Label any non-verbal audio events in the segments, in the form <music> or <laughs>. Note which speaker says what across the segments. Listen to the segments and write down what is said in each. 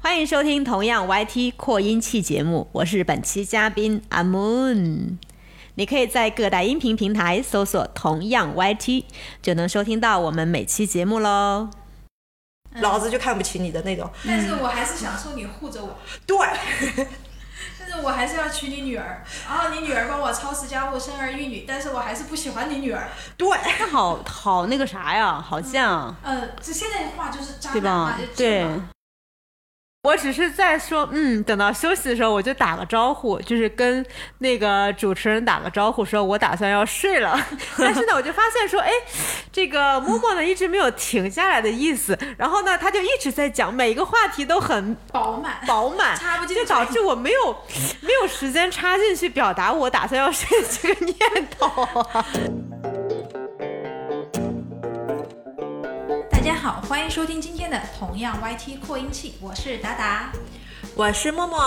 Speaker 1: 欢迎收听同样 YT 扩音器节目，我是本期嘉宾阿 Moon。你可以在各大音频平台搜索“同样 YT”，就能收听到我们每期节目喽。
Speaker 2: 老子就看不起你的那种。
Speaker 3: 但
Speaker 4: 嗯
Speaker 3: 是我还是想说你护着我，
Speaker 2: 对，
Speaker 3: 但是我还是要娶你女儿，然后你女儿帮我操持家务、生儿育女，但是我还是不喜欢你女儿。
Speaker 2: 对，
Speaker 4: 那哎好好那个啥呀，好犟，
Speaker 3: 呃，这现在的话就是渣
Speaker 4: 对
Speaker 3: 男嘛
Speaker 4: 吧，
Speaker 3: 就？
Speaker 4: 对
Speaker 3: 是嘛。
Speaker 4: 我只是在说，嗯，等到休息的时候我就打个招呼，就是跟那个主持人打个招呼，说我打算要睡了。但是呢，我就发现说，哎，这个默默呢一直没有停下来的意思，然后呢，他就一直在讲，每一个话题都很
Speaker 3: 饱满。
Speaker 4: 饱满，
Speaker 3: 插不进
Speaker 4: 就
Speaker 3: 嘴
Speaker 4: 导致我没有没有时间插进去表达我打算要睡这个念头啊。
Speaker 3: 大家好，欢迎收听今天的同样 YT 扩音器，我是达达。
Speaker 2: 我是默默，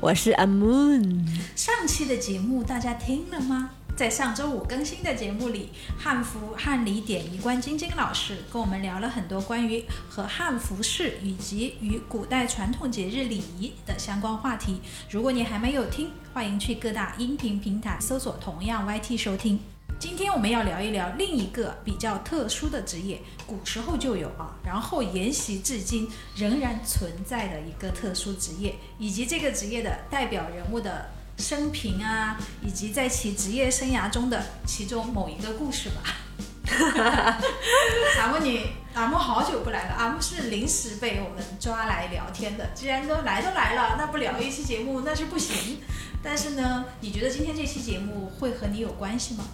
Speaker 1: 我是阿 Moon，
Speaker 3: 上期的节目大家听了吗？在上周五更新的节目里，汉服汉礼典仪官晶晶老师跟我们聊了很多关于和汉服饰以及与古代传统节日礼仪的相关话题。如果你还没有听，欢迎去各大音频平台搜索同样 YT 收听。今天我们要聊一聊另一个比较特殊的职业，古时候就有啊，然后沿袭至今仍然存在的一个特殊职业，以及这个职业的代表人物的生平啊，以及在其职业生涯中的其中某一个故事吧。 <laughs> 阿木你，阿木好久不来了，阿木是临时被我们抓来聊天的。既然都来都来了，那不聊一期节目那是不行。但是呢，你觉得今天这期节目会和你有关系吗？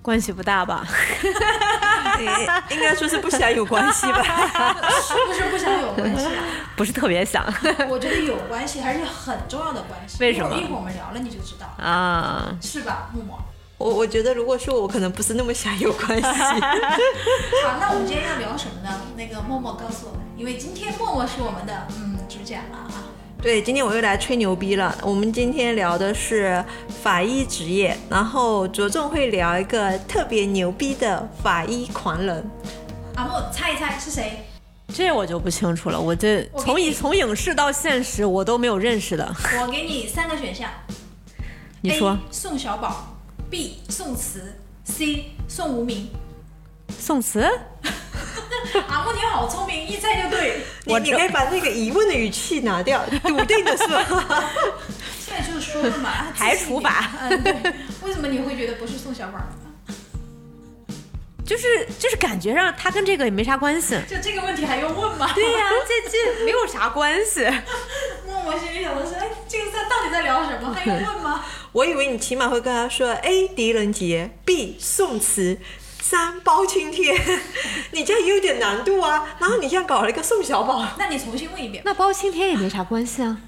Speaker 4: 关系不大吧？
Speaker 2: 应该说是不想有关系吧？
Speaker 3: 是不是不想有关系啊？ <laughs>
Speaker 4: 不是特别想
Speaker 3: 我觉得有关系，而且很重要的关系。
Speaker 4: 为什么
Speaker 3: 一会儿一会儿我们聊了你就知道，
Speaker 4: <laughs> 啊。
Speaker 3: 是吧，木木？
Speaker 2: <laughs> 我我觉得如果是我，我可能不是那么想有关 <laughs> 系。
Speaker 3: 好，那我们今天要聊什么呢？那个默默告诉我们，因为今天默默是我们的嗯主讲了啊。
Speaker 2: 对，今天我又来吹牛逼了。我们今天聊的是法医职业，然后着重会聊一个特别牛逼的法医狂人。
Speaker 3: 阿木，猜一猜是谁？
Speaker 4: 这我就不清楚了，我这
Speaker 3: 我给
Speaker 4: 从
Speaker 3: 你
Speaker 4: 影从影视到现实，我都没有认识的。
Speaker 3: 我给你三个选项，
Speaker 4: <laughs> 你说
Speaker 3: A, 宋小宝，B 宋慈，C 宋无名。
Speaker 4: 宋词？
Speaker 3: 阿木，你好聪明，一猜就对。
Speaker 2: 你
Speaker 4: 我
Speaker 2: 你
Speaker 4: 这
Speaker 2: 可以把那个疑问的语气拿掉，笃定的 <laughs> 说，
Speaker 3: 现在就是说了嘛，
Speaker 4: 排除法
Speaker 3: 嗯，对。为什么你会觉得不是宋小宝呢？
Speaker 4: 就是就是感觉上他跟这个也没啥关系。
Speaker 3: 就这个问题还用问吗？
Speaker 4: 对呀、这这没有啥关系。
Speaker 3: <laughs> 默默心里想的是，哎，这个在到底在聊什么？还用
Speaker 4: <laughs>
Speaker 3: 问吗？
Speaker 2: 我以为你起码会跟他说 A 狄仁杰，B 宋慈，三包青天， <laughs> 你这样也有点难度啊。然后你这样搞了一个宋小宝，
Speaker 3: 那你重新问一遍。
Speaker 4: <laughs> 那包青天也没啥关系啊。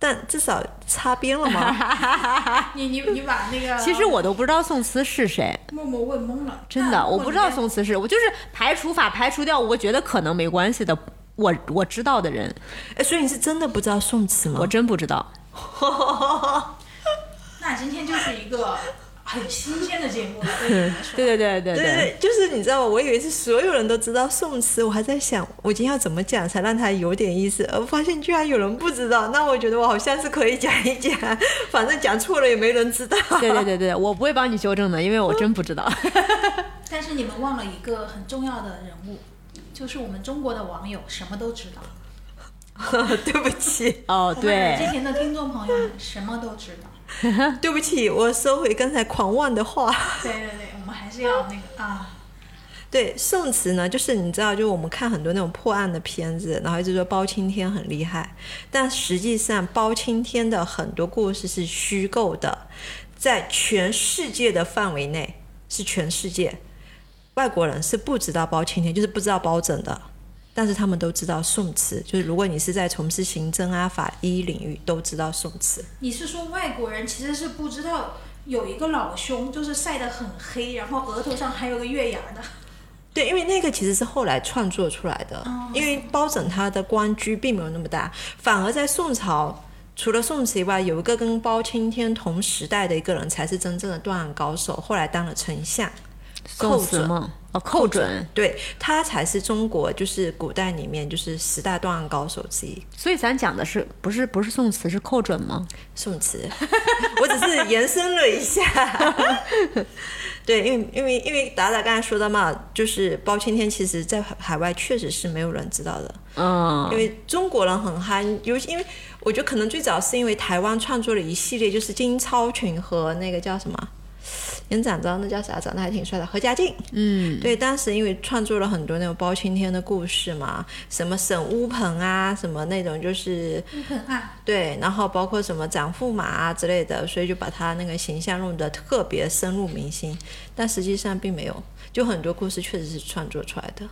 Speaker 2: 但至少擦边
Speaker 4: <laughs>
Speaker 2: 了嘛。
Speaker 3: 你你你把那个，
Speaker 4: 其实我都不知道宋词是谁，
Speaker 3: 默默问懵了，
Speaker 4: 真的
Speaker 3: 那
Speaker 4: 我不知道
Speaker 3: 应该
Speaker 4: 宋词是，我就是排除法排除掉我觉得可能没关系的，我我知道的人，
Speaker 2: 哎，所以你是真的不知道宋慈吗
Speaker 4: 我？真不知道。
Speaker 3: 那今天就是一个很新鲜的节目了，对你们来说。
Speaker 4: 对对对对
Speaker 2: <laughs> 对对，就是你知道吗？我以为是所有人都知道宋词，我还在想我今天要怎么讲才让他有点意思，而发现居然有人不知道。那我觉得我好像是可以讲一讲，反正讲错了也没人知道。
Speaker 4: 对对对对，我不会帮你修正的，因为我真不知 <laughs> 道。
Speaker 3: 但是你们忘了一个很重要的人物，就是我们中国的网友什么都知道，
Speaker 2: <laughs> 对不起，
Speaker 4: 哦，
Speaker 3: 我们
Speaker 4: 对
Speaker 3: 之，前的听众朋友们什么都知道。
Speaker 2: 对不起，我收回刚才狂妄的话。 <laughs>
Speaker 3: 对对对，我们还是要那个啊，
Speaker 2: 对，宋词呢，就是你知道，就是我们看很多那种破案的片子，然后一直说包青天很厉害，但实际上包青天的很多故事是虚构的，在全世界的范围内是全世界，外国人是不知道包青天，就是不知道包拯的。但是他们都知道宋词，就是如果你是在从事刑侦啊、法医领域，都知道宋词。
Speaker 3: 你是说外国人其实是不知道有一个老兄，就是晒得很黑，然后额头上还有个月牙的。
Speaker 2: 对，因为那个其实是后来创作出来的，因为包拯他的官居并没有那么大，反而在宋朝，除了宋词以外，有一个跟包青天同时代的一个人才是真正的断案高手，后来当了丞相。
Speaker 1: 宋词吗？哦，寇准，
Speaker 2: 对他才是中国就是古代里面就是十大断案高手之一。
Speaker 1: 所以咱讲的是不是不是宋词是寇准吗？
Speaker 2: 宋词， <laughs> 我只是延伸了一下。 <laughs> 对，因为因为因为达达刚才说的嘛，就是包青天，其实在海海外确实是没有人知道的。
Speaker 1: 嗯
Speaker 2: 因，为中国人很憨，尤其因为我觉得可能最早是因为台湾创作了一系列，就是金超群和那个叫什么严展昭，那叫啥？长得还挺帅的何家劲。嗯，对，当时因为创作了很多那种包青天的故事嘛，什么沈乌盆啊，什么那种就是
Speaker 3: 乌盆案，
Speaker 2: 对，然后包括什么长驸马啊之类的，所以就把他那个形象弄得特别深入民心，但实际上并没有，就很多故事确实是创作出来的。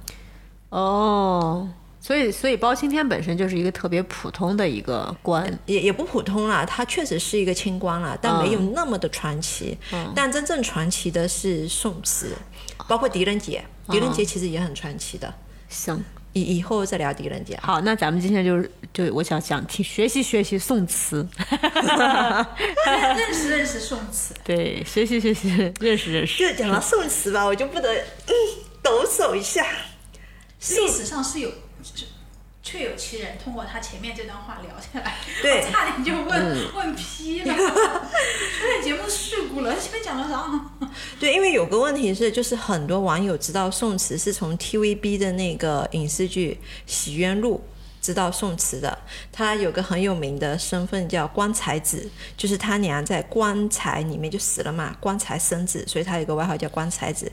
Speaker 1: 哦，所以所以包青天本身就是一个特别普通的一个官，
Speaker 2: 也也不普通啦，他确实是一个清官啦，但没有那么的传奇。但真正传奇的是宋词，包括狄仁杰，狄仁杰其实也很传奇的。
Speaker 1: 行。
Speaker 2: 以以后再聊狄仁杰啊。
Speaker 1: 好，那咱们今天就是就我想想听学习学习宋
Speaker 2: <laughs>
Speaker 1: 词，
Speaker 3: <laughs> 认识认识宋词。
Speaker 1: 对，学习学习认识认识。
Speaker 2: 就讲到宋词吧，我就不得、嗯、抖擞一下。
Speaker 3: 历史上是有，是确有其人，通过他前面这段话聊下来，
Speaker 2: 对
Speaker 3: 我差点就问、问批了，出点节目事故了，前面讲了啥啊呢？
Speaker 2: 对，因为有个问题是，就是很多网友知道宋词是从 TVB 的那个影视剧《洗冤录》知道宋词的。他有个很有名的身份叫棺材子，就是他娘在棺材里面就死了嘛，棺材生子，所以他有个外号叫棺材子。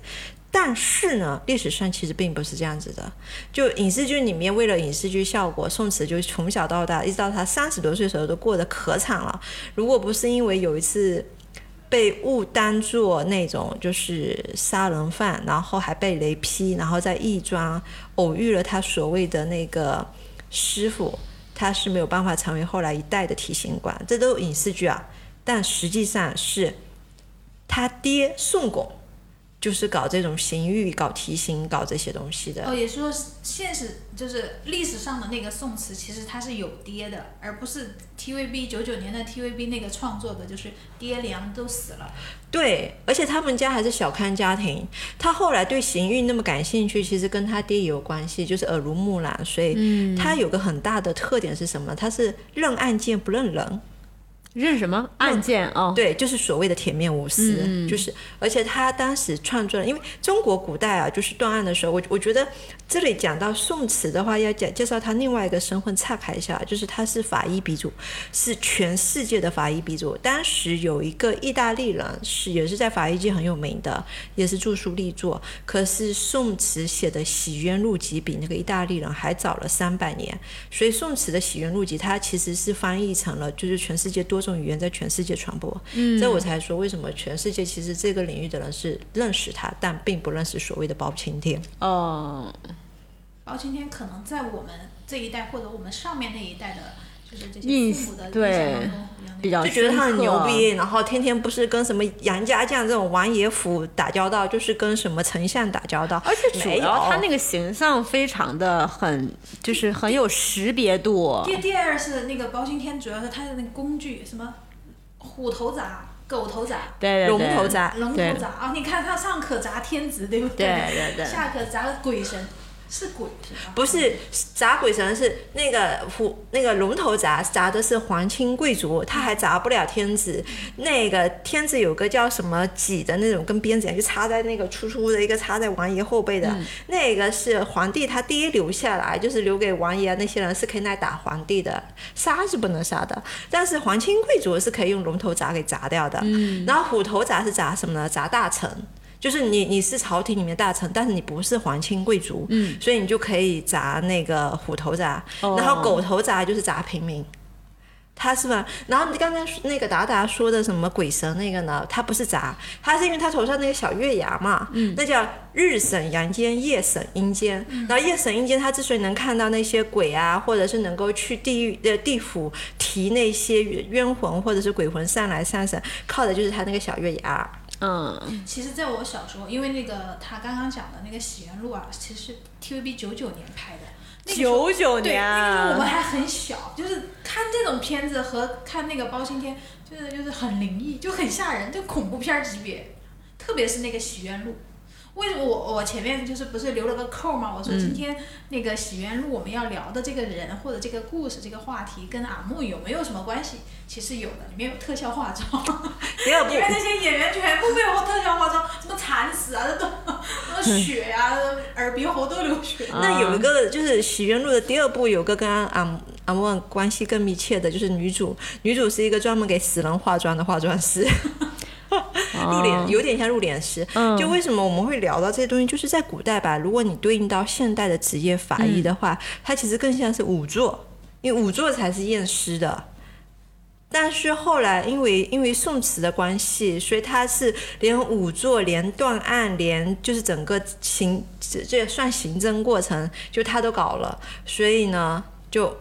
Speaker 2: 但是呢，历史上其实并不是这样子的。就影视剧里面，为了影视剧效果，宋慈就从小到大，一直到他三十多岁的时候都过得可惨了。如果不是因为有一次被误当做那种就是杀人犯，然后还被雷劈，然后在亦庄偶遇了他所谓的那个师傅，他是没有办法成为后来一代的提刑官，这都是影视剧啊。但实际上是他爹宋巩，就是搞这种刑狱、搞提刑、搞这些东西的。
Speaker 3: 哦，也说现实就是历史上的那个宋词，其实它是有爹的，而不是 TVB 九九年的 TVB 那个创作的，就是爹娘都死了，
Speaker 2: 对，而且他们家还是小康家庭。他后来对刑运那么感兴趣，其实跟他爹也有关系，就是耳濡目染。所以他有个很大的特点是什么？他是认案件不认人，
Speaker 1: 认什么案
Speaker 2: 嗯
Speaker 1: 件哦？
Speaker 2: 对，就是所谓的铁面无私。就是，而且他当时创作了，因为中国古代啊，就是断案的时候，我我觉得这里讲到宋词的话，要介介绍他另外一个身份，岔开一下，就是他是法医鼻祖，是全世界的法医鼻祖。当时有一个意大利人是也是在法医界很有名的，也是著书立作。可是宋词写的《洗冤录集》比那个意大利人还早了三百年，所以宋词的《洗冤录集》它其实是翻译成了就是全世界多种语言在全世界传播。嗯，这我才说为什么全世界其实这个领域的人是认识他，但并不认识所谓的包青天。
Speaker 1: 哦，
Speaker 3: 包青天可能在我们这一代或者我们上面那一代的，就是这些
Speaker 1: 印
Speaker 3: 父母的
Speaker 1: 对
Speaker 3: 印象当中比较
Speaker 1: 比较
Speaker 3: 那个
Speaker 2: 就觉得他
Speaker 1: 深
Speaker 2: 很
Speaker 1: 刻啊
Speaker 2: 牛逼，然后天天不是跟什么杨家将这种王爷府打交道，就是跟什么丞相打交道，
Speaker 1: 而且主
Speaker 2: 没有
Speaker 1: 要他那个形象非常的很，就是很有识别度。
Speaker 3: 第第二是那个包青天，主要是他的那个工具，什么虎头铡、狗头铡、
Speaker 1: 对对对，
Speaker 2: 龙头铡
Speaker 3: 龙头
Speaker 1: 对
Speaker 3: 铡啊！你看他上可铡天子，对不
Speaker 1: 对对对
Speaker 3: 下可铡鬼神，是鬼是吧？
Speaker 2: 不是砸鬼神，是那个虎那个龙头砸砸的是皇亲贵族，他还砸不了天子。那个天子有个叫什么戟的那种，跟鞭子一样，就插在那个粗粗的一个插在王爷后背的，那个是皇帝他爹留下来，就是留给王爷那些人是可以来打皇帝的，杀是不能杀的，但是皇亲贵族是可以用龙头铡给砸掉的。然后虎头铡是铡什么呢？铡大臣。就是你你是朝廷里面的大臣，但是你不是皇亲贵族，嗯，所以你就可以砸那个虎头铡，
Speaker 4: 哦
Speaker 2: 然后狗头铡就是砸平民。他是吧？然后你刚才说那个达达说的什么鬼神那个呢？他不是砸，他是因为他头上那个小月牙嘛，
Speaker 4: 嗯
Speaker 2: 那叫日审阳间，夜审阴间。然后夜审阴间，他之所以能看到那些鬼啊，或者是能够去地狱呃地府提那些冤魂或者是鬼魂上来上审，靠的就是他那个小月牙。
Speaker 1: 嗯，
Speaker 3: 其实，在我小时候，因为那个他刚刚讲的那个《洗冤录》啊，其实 TVB 九九年拍的。那个时候
Speaker 4: 99
Speaker 3: 对，
Speaker 4: 年
Speaker 3: 那个时
Speaker 4: 啊
Speaker 3: 候我们还很小，就是看这种片子和看那个包青天，就是就是很灵异，就很吓人，就恐怖片儿级别。特别是那个《洗冤录》，为什么我我前面就是不是留了个扣嘛？我
Speaker 4: 嗯
Speaker 3: 说今天那个洗冤录我们要聊的这个人或者这个故事这个话题跟阿木有没有什么关系？其实有的，里面有特效化妆，
Speaker 4: <laughs> 没有
Speaker 3: 里面那些演员全部被我特效化妆，什么惨死啊，这都什么血啊，耳鼻喉都流血。
Speaker 4: 啊
Speaker 2: 那有一个就是《洗冤录》的第二部，有个跟阿阿莫关系更密切的，就是女主，女主是一个专门给死人化妆的化妆师。入
Speaker 1: 哦
Speaker 2: 殓有点像入殓师，
Speaker 1: 嗯
Speaker 2: 就为什么我们会聊到这些东西，就是在古代吧，如果你对应到现代的职业法医
Speaker 1: 嗯
Speaker 2: 的话，它其实更像是仵作，因为仵作才是验尸的。但是后来因为因为宋词的关系，所以它是连仵作、连断案、连就是整个行这这也算刑侦过程，就他都搞了，所以呢，就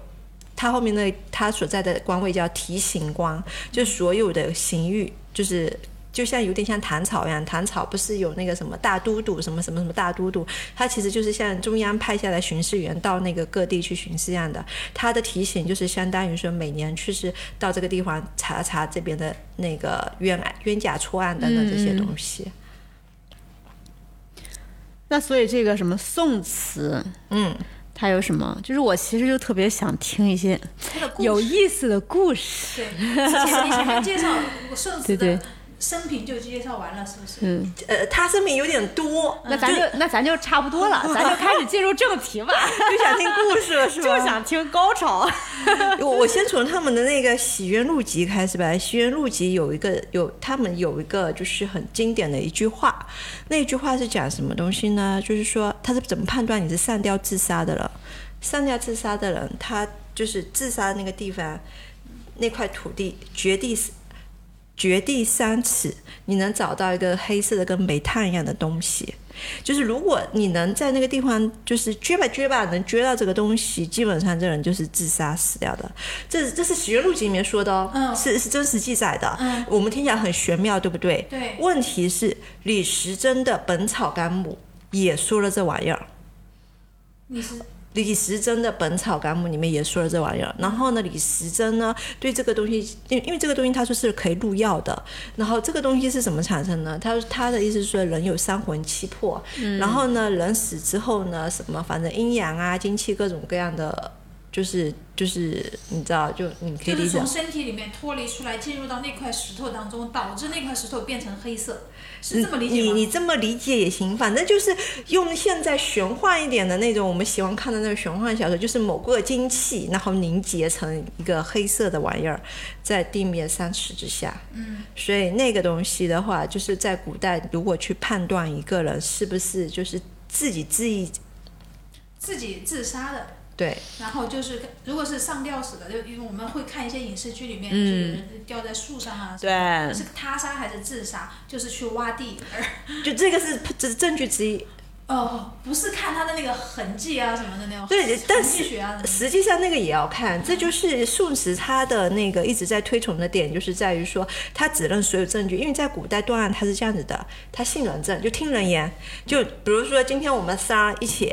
Speaker 2: 他后面的他所在的官位叫提刑官，就所有的刑狱就是。就像有点像唐朝一样，唐朝不是有那个什么大都督，什么什么什么大都督，他其实就是像中央派下来巡视员到那个各地去巡视一样的。他的提醒就是相当于说每年去是到这个地方查查这边的那个冤案、冤假错案等等这些东西。
Speaker 1: 那所以这个什么宋词，
Speaker 2: 嗯，
Speaker 1: 它有什么？就是我其实就特别想听一些
Speaker 3: 他的故事
Speaker 1: 有意思的故事。
Speaker 3: 对，之前你前面介绍
Speaker 2: <laughs>
Speaker 3: 宋
Speaker 1: 对
Speaker 3: 词
Speaker 1: 对
Speaker 3: 的生平就介绍完了，是不是？
Speaker 1: 嗯，
Speaker 2: 呃，他声明有点多，
Speaker 1: 那咱就那咱就差不多 <laughs> 了，咱就开始进入正题 <laughs> 吧。
Speaker 2: 就想听故事了，是
Speaker 1: 就
Speaker 2: 吧？
Speaker 1: 想听高潮。
Speaker 2: 我我先从他们的那个《洗冤录集》开始吧，《洗冤录集》有一个有他们有一个就是很经典的一句话，那句话是讲什么东西呢？就是说他是怎么判断你是上吊自杀的人？上吊自杀的人，他就是自杀的那个地方那块土地掘地掘地三尺，你能找到一个黑色的跟煤炭一样的东西。就是如果你能在那个地方，就是撅吧撅吧，能撅到这个东西，基本上这人就是自杀死掉的。这这是《许愿录集》里面说的哦，
Speaker 3: 嗯
Speaker 2: 是是真实记载的。
Speaker 3: 嗯
Speaker 2: 我们听起来很玄妙，对不对？
Speaker 3: 对
Speaker 2: 问题是李时珍的《本草纲目》也说了这玩意儿。
Speaker 3: 你是
Speaker 2: 李时珍的《本草纲目》里面也说了这玩意儿，然后呢，李时珍呢对这个东西，因因为这个东西他说是可以入药的，然后这个东西是怎么产生呢？他他的意思是说人有三魂七魄，然后呢，人死之后呢，什么反正阴阳啊、精气各种各样的，就是就是你知道，就你可以
Speaker 3: 就
Speaker 2: 理
Speaker 3: 是
Speaker 2: 解
Speaker 3: 从，身体里面脱离出来，进入到那块石头当中，导致那块石头变成黑色，是这么理解
Speaker 2: 嗯你
Speaker 3: 吗？
Speaker 2: 你这么理解也行，反正就是用现在玄幻一点的那种我们喜欢看的那种玄幻小说，就是某个精气，然后凝结成一个黑色的玩意儿，在地面三尺之下。嗯，所以那个东西的话，就是在古代，如果去判断一个人是不是就是自己自己
Speaker 3: 自己自杀的，
Speaker 2: 对
Speaker 3: 然后就是如果是上吊死的，就因为我们会看一些影视剧里面，就是
Speaker 2: 嗯
Speaker 3: 有人吊在树上啊，
Speaker 1: 对
Speaker 3: 是他杀还是自杀？就是去挖地，而
Speaker 2: 就这个是这是证据之一。
Speaker 3: 哦，不是看他的那个痕迹啊什么的那种，
Speaker 2: 对但
Speaker 3: 痕
Speaker 2: 是
Speaker 3: 迹学啊什么的。
Speaker 2: 实际上那个也要看，这就是宋词它的那个一直在推崇的点，就是在于说它只认所有证据，因为在古代断案它是这样子的，它信人证，就听人言。就比如说今天我们仨一起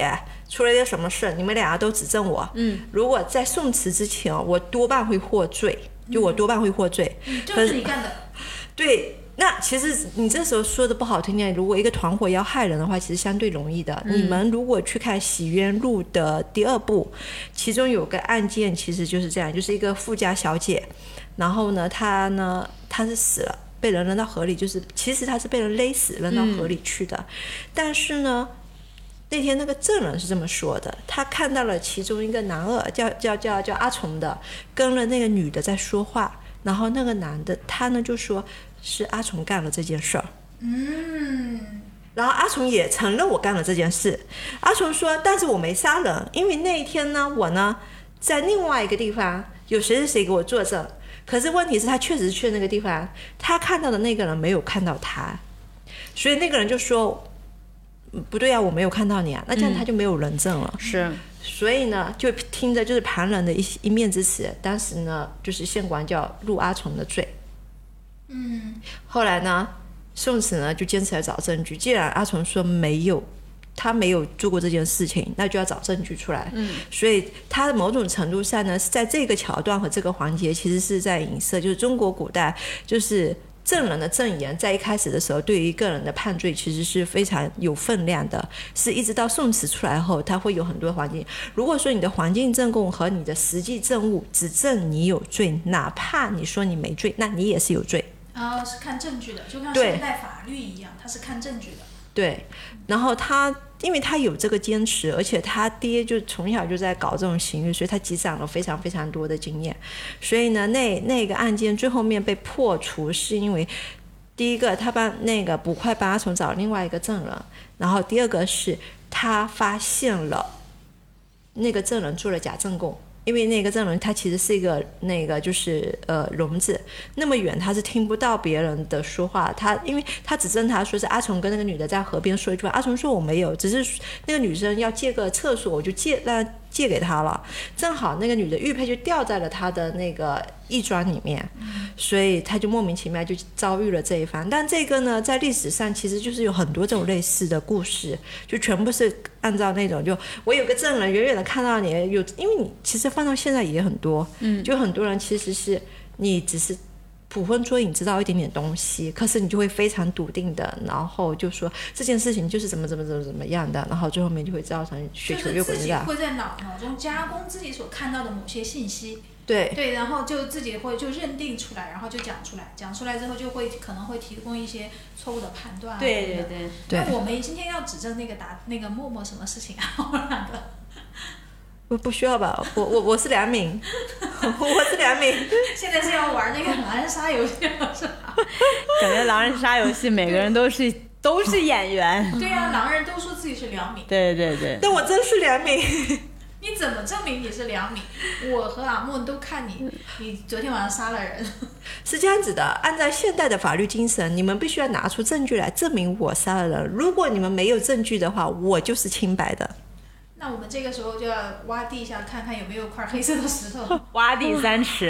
Speaker 2: 出了一个什么事，你们俩都指证我，嗯，如果在宋词之前，我多半会获罪，就我多半会获罪，
Speaker 3: 嗯就是你干的，
Speaker 2: 对，那其实你这时候说的不好听点，如果一个团伙要害人的话，其实相对容易的。你们如果去看《洗冤录》的第二部，其中有个案件其实就是这样，就是一个富家小姐，然后呢，她呢，她是死了，被人扔到河里，就是其实她是被人勒死扔到河里去的，但是呢。那天那个证人是这么说的，他看到了其中一个男二叫叫叫叫阿虫的，跟了那个女的在说话，然后那个男的他呢就说是阿虫干了这件事儿，
Speaker 3: 嗯，
Speaker 2: 然后阿虫也承认我干了这件事。阿虫说，但是我没杀人，因为那一天呢，我呢在另外一个地方有谁谁谁给我作证。可是问题是，他确实去那个地方，他看到的那个人没有看到他，所以那个人就说。嗯不对啊，我没有看到你啊，那这样他就没有人证了。
Speaker 1: 是，
Speaker 2: 所以呢，就听着就是旁人的一一面之词。当时呢，就是县官叫入阿虫的罪。嗯，后来呢，宋慈呢就坚持来找证据。既然阿虫说没有，他没有做过这件事情，那就要找证据出来。嗯，所以他的某种程度上呢，是在这个桥段和这个环节，其实是在影射，就是中国古代就是证人的证言在一开始的时候，对于个人的判罪其实是非常有分量的，是一直到宋词出来后，它会有很多环境。如果说你的环境证供和你的实际证物指证你有罪，哪怕你说你没罪，那你也是有罪。
Speaker 3: 然后啊是看证据的，就像
Speaker 2: 对
Speaker 3: 现代法律一样，它是看证据的。
Speaker 2: 对，然后他因为他有这个坚持，而且他爹就从小就在搞这种刑狱，所以他积攒了非常非常多的经验。所以呢，那那个案件最后面被破除，是因为第一个他帮那个捕快帮他从找另外一个证人，然后第二个是他发现了那个证人做了假证供。因为那个证人他其实是一个那个就是呃聋子，那么远他是听不到别人的说话，他因为他指证他说是阿虫跟那个女的在河边说一句话，阿虫说我没有，只是那个女生要借个厕所，我就借那借给她了，正好那个女的玉佩就掉在了他的那个义庄里面，所以他就莫名其妙就遭遇了这一番。但这个呢，在历史上其实就是有很多这种类似的故事，就全部是按照那种就我有个证人远远的看到你有，因为你其实放到现在也很多，嗯，就很多人其实是你只是捕风捉影知道一点点东西，可是你就会非常笃定的，然后就说这件事情就是怎么怎么怎么怎么样的，然后最后面就会造成雪球越
Speaker 3: 就
Speaker 2: 滚
Speaker 3: 是
Speaker 2: 越
Speaker 3: 自己
Speaker 2: 大。
Speaker 3: 会在脑脑中加工自己所看到的某些信息，
Speaker 2: 对
Speaker 3: 对，然后就自己会就认定出来，然后就讲出来，讲出来之后就会可能会提供一些错误的判断啊。
Speaker 4: 对
Speaker 3: 什么
Speaker 4: 对
Speaker 3: 的。
Speaker 4: 对，
Speaker 2: 对
Speaker 3: 那我们今天要指证那个答那个默默什么事情啊？ <laughs> 我们两个
Speaker 2: 不不需要吧？我我我是良民， <laughs> 我是良民。 <laughs>
Speaker 3: 现在是要玩那个狼人杀游戏了
Speaker 2: <laughs>
Speaker 3: 是吧？
Speaker 1: 感觉狼人杀游戏每个人都 <laughs> 是都是演员，
Speaker 3: 对呀、狼人都说自己是良民，
Speaker 1: 对对对，
Speaker 2: 但我真是良民。
Speaker 3: 你怎么证明你是良民？我和阿梦都看你，你昨天晚上杀了人，
Speaker 2: 是这样子的，按照现代的法律精神，你们必须要拿出证据来证明我杀了人。如果你们没有证据的话，我就是清白的。
Speaker 3: 那我们这个时候就要挖地下看看有没有块黑色的石头。 <laughs>
Speaker 1: 挖地三尺，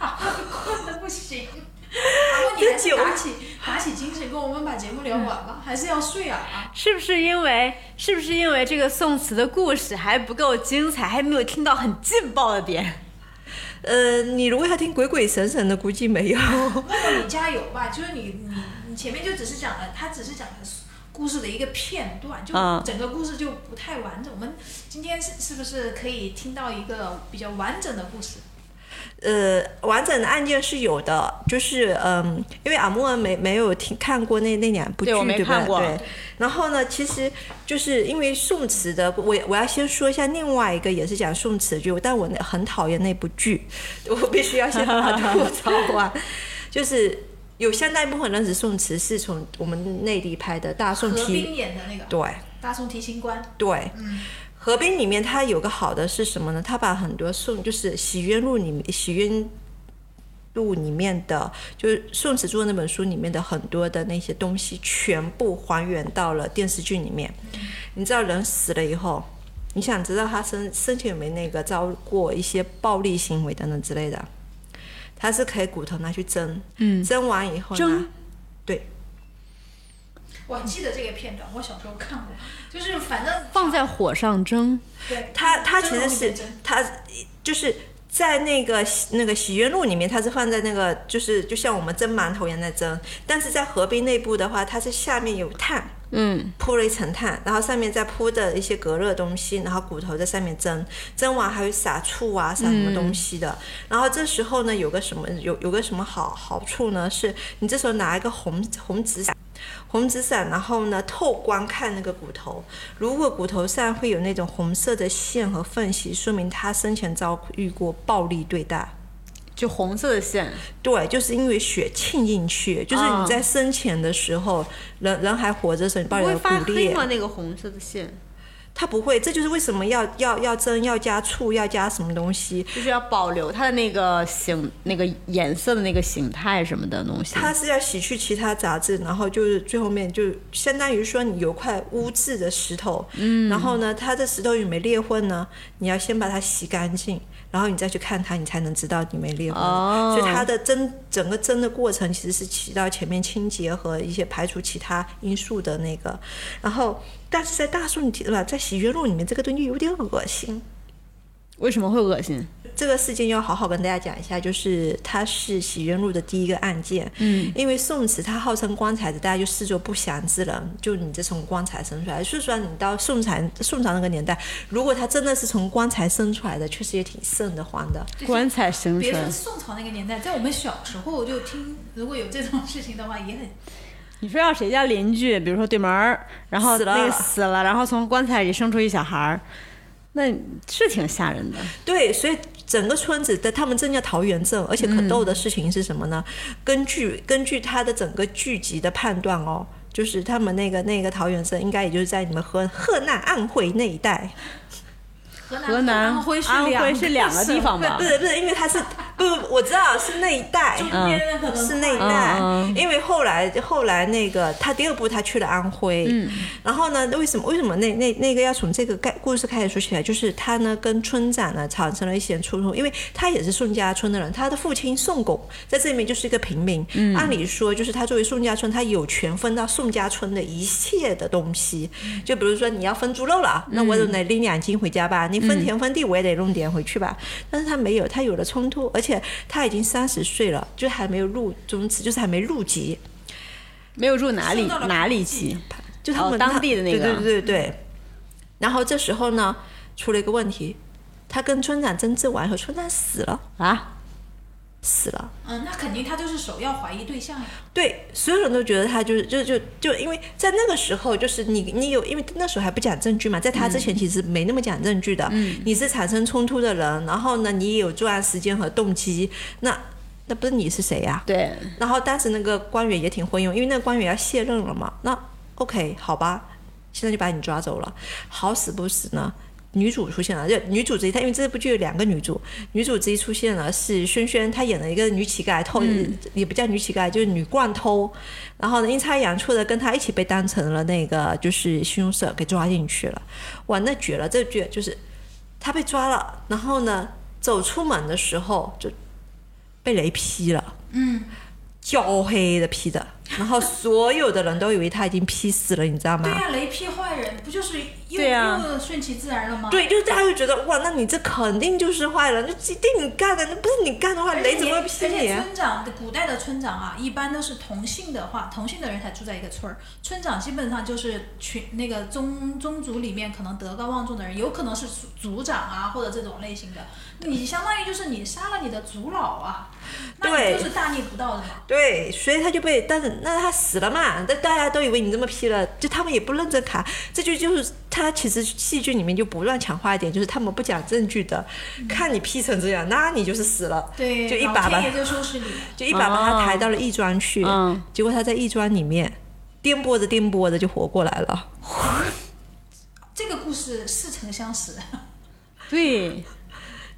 Speaker 3: 啊，困的不行。然后你还是打起打起精神跟我们把节目聊完吧，还是要睡啊啊！
Speaker 4: 是不是因为是不是因为这个宋词的故事还不够精彩，还没有听到很劲爆的点？
Speaker 2: 呃，你如果要听鬼鬼神神的，估计没有。
Speaker 3: 那么你加油吧，就是你你你前面就只是讲了，他只是讲了故事的一个片段，就
Speaker 1: 嗯
Speaker 3: 整个故事就不太完整。我们今天是是不是可以听到一个比较完整的故事？
Speaker 2: 呃，完整的案件是有的，就是嗯，因为阿莫没没有听看过那那两部剧，
Speaker 1: 对
Speaker 2: 对
Speaker 1: 我没看
Speaker 2: 不
Speaker 1: 过
Speaker 2: 对？对。然后呢，其实就是因为宋词的，我我要先说一下另外一个也是讲宋词的剧，但我那很讨厌那部剧， <laughs> 我必须要先把它吐槽完， <laughs> 就是。有相当一部分认识宋词是从我们内地拍的《大宋
Speaker 3: 何
Speaker 2: 提
Speaker 3: 冰》，演的那个
Speaker 2: 对
Speaker 3: 大宋提刑官，
Speaker 2: 对，
Speaker 3: 嗯，
Speaker 2: 河滨里面它有个好的是什么呢？它把很多宋，就是《洗冤录》里面《洗冤录》里面的，就是宋词做那本书里面的很多的那些东西，全部还原到了电视剧里面。你知道人死了以后，你想知道他生生前有没有那个遭过一些暴力行为等等之类的，他是可以骨头拿去蒸，嗯，蒸完以后呢，
Speaker 1: 蒸
Speaker 2: 对，
Speaker 3: 我记得这个片段，我小时候看过，就是反正
Speaker 4: 放在火上蒸，
Speaker 3: 对
Speaker 2: 它它其
Speaker 3: 真
Speaker 2: 实
Speaker 3: 的会
Speaker 2: 是
Speaker 3: 变真
Speaker 2: 它就是在那个洗那个洗冤录里面，它是放在那个就是就像我们蒸馒头一样在蒸，但是在河滨内部的话，它是下面有炭。
Speaker 4: 嗯，
Speaker 2: 铺了一层炭，然后上面再铺的一些隔热东西，然后骨头在上面蒸，蒸完还有撒醋啊，撒什么东西的。然后这时候呢，有个什么有有个什么好好处呢？是你这时候拿一个红红纸伞，红纸伞，然后呢透光看那个骨头，如果骨头上会有那种红色的线和缝隙，说明他生前遭遇过暴力对待。
Speaker 4: 就红色的线，
Speaker 2: 对，就是因为血沁进去，就是
Speaker 4: 哦
Speaker 2: 你在生前的时候，人人还活着的时候，
Speaker 4: 不
Speaker 2: 你暴力
Speaker 4: 会
Speaker 2: 的
Speaker 4: 发
Speaker 2: 骨
Speaker 4: 黑
Speaker 2: 裂
Speaker 4: 吗？，那个红色的线
Speaker 2: 它不会，这就是为什么要要要蒸、要加醋、要加什么东西。
Speaker 4: 就是要保留它的那个形、那个颜色的那个形态什么的东西。
Speaker 2: 它是要洗去其他杂质，然后就是最后面就相当于说你有块污渍的石头，嗯，然后呢，它这石头有没裂痕呢？你要先把它洗干净，然后你再去看它，你才能知道你没裂痕。
Speaker 4: 哦
Speaker 2: 所以它的蒸整个蒸的过程其实是起到前面清洁和一些排除其他因素的那个，然后但呃是在大宋提不在洗冤录里面这个东西有点恶心。
Speaker 4: 为什么会恶心？
Speaker 2: 这个事件要好好跟大家讲一下，就是它是洗冤录的第一个案件。
Speaker 1: 嗯，
Speaker 2: 因为宋慈他号称棺材子，大家就视作不祥之人，就你这从棺材生出来。就算你到宋朝宋朝那个年代，如果他真的是从棺材生出来的，确实也挺瘆得慌的。
Speaker 3: 就是
Speaker 4: 棺材生
Speaker 3: 别
Speaker 4: 存
Speaker 3: 说。宋朝那个年代，在我们小时候就听，如果有这种事情的话，也很
Speaker 4: 你说要谁家邻居，比如说对门儿，然后
Speaker 2: 死了
Speaker 4: 那个死了，然后从棺材里生出一小孩儿，那是挺吓人的。
Speaker 2: 对，所以整个村子的他们真叫桃源镇，而且可逗的事情是什么呢？根据根据他的整个剧集的判断哦，就是他们那个那个桃源镇，应该也就是在你们河河南安徽那一带。
Speaker 3: 河南、
Speaker 4: 河南、
Speaker 3: 安徽是
Speaker 4: 安徽是两
Speaker 3: 个
Speaker 4: 个地方吧
Speaker 2: 不？是不是，因为他是不不，我知道是那一带。
Speaker 3: 省份，中间的
Speaker 2: 是那一带，
Speaker 4: 嗯嗯
Speaker 2: 因为后来后来那个他第二部他去了安徽，
Speaker 4: 嗯
Speaker 2: 然后呢，为什么为什么那那那个要从这个概故事开始说起来？就是他呢跟村长呢产生了一些冲突，因为他也是宋家村的人，他的父亲宋巩在这里面就是一个平民，
Speaker 4: 嗯
Speaker 2: 按理说就是他作为宋家村，他有权分到宋家村的一切的东西，
Speaker 4: 嗯
Speaker 2: 就比如说你要分猪肉了，那我总得拎两斤回家吧，你
Speaker 4: 嗯
Speaker 2: 分田分地我也得弄点回去吧，但是他没有，他有了冲突，而且他已经三十岁了，就还没有入宗祠，就是还没入籍，
Speaker 4: 没有住哪里
Speaker 3: 送到了
Speaker 4: 哪里
Speaker 3: 附近
Speaker 4: 籍？
Speaker 2: 就他们、
Speaker 4: 哦当地的那个嗯
Speaker 2: 对对对对。然后这时候呢，出了一个问题，他跟村长争执完以后，村长死了，
Speaker 4: 啊？
Speaker 2: 死了。
Speaker 3: 嗯，那肯定他就是首要怀疑对象呀。
Speaker 4: 啊
Speaker 2: 对，所有人都觉得他就是就就就因为在那个时候，就是你你有因为那时候还不讲证据嘛，在他之前其实没那么讲证据的。你是产生冲突的人，然后呢，你也有作案时间和动机，那那不是你是谁呀、
Speaker 4: 对，
Speaker 2: 然后当时那个官员也挺昏庸，因为那个官员要卸任了嘛。那 OK，好吧，现在就把你抓走了。好死不死呢，女主出现了，就女主之一，她因为这部剧有两个女主，女主之一出现了是萱萱，她演了一个女乞丐偷，也不叫女乞丐，就是女惯偷。然后呢，阴差阳错的跟她一起被当成了那个就是凶手给抓进去了。哇，那绝了！这剧就是她被抓了，然后呢，走出门的时候就被雷劈了。
Speaker 3: 嗯，
Speaker 2: 焦黑的劈的，然后所有的人都以为他已经劈死了，你知道
Speaker 3: 对
Speaker 2: 吗？
Speaker 3: 呀、雷劈坏人不就是又、
Speaker 4: 对呀
Speaker 3: 又顺其自然了吗？
Speaker 2: 对，就是大家就觉得哇，那你这肯定就是坏人，就一定你干的，那不是你干的话，
Speaker 3: 而且
Speaker 2: 雷
Speaker 3: 你。
Speaker 2: 怎么会劈
Speaker 3: 而
Speaker 2: 你
Speaker 3: 且
Speaker 2: 啊？
Speaker 3: 村长，古代的村长啊，一般都是同姓的话，同姓的人才住在一个村儿。村长基本上就是群那个宗宗族里面可能德高望重的人，有可能是族族长啊或者这种类型的。你相当于就是你杀了你的族老啊，那
Speaker 2: 对
Speaker 3: 你就是大逆不道的嘛。
Speaker 2: 对，所以他就被，但是那他死了嘛，但大家都以为你这么劈了，就他们也不认真看，这就就是他其实戏剧里面就不断强化一点，就是他们不讲证据的，看你劈成这样，那你就是死了，
Speaker 3: 对，
Speaker 2: 就一把
Speaker 3: 老
Speaker 2: 把
Speaker 3: 天爷就收拾你了。
Speaker 2: 就一把把他抬到了义庄去，
Speaker 4: 嗯
Speaker 2: 结果他在义庄里面颠簸着颠簸着就活过来了。
Speaker 3: 这个故事似曾相识，
Speaker 4: 对，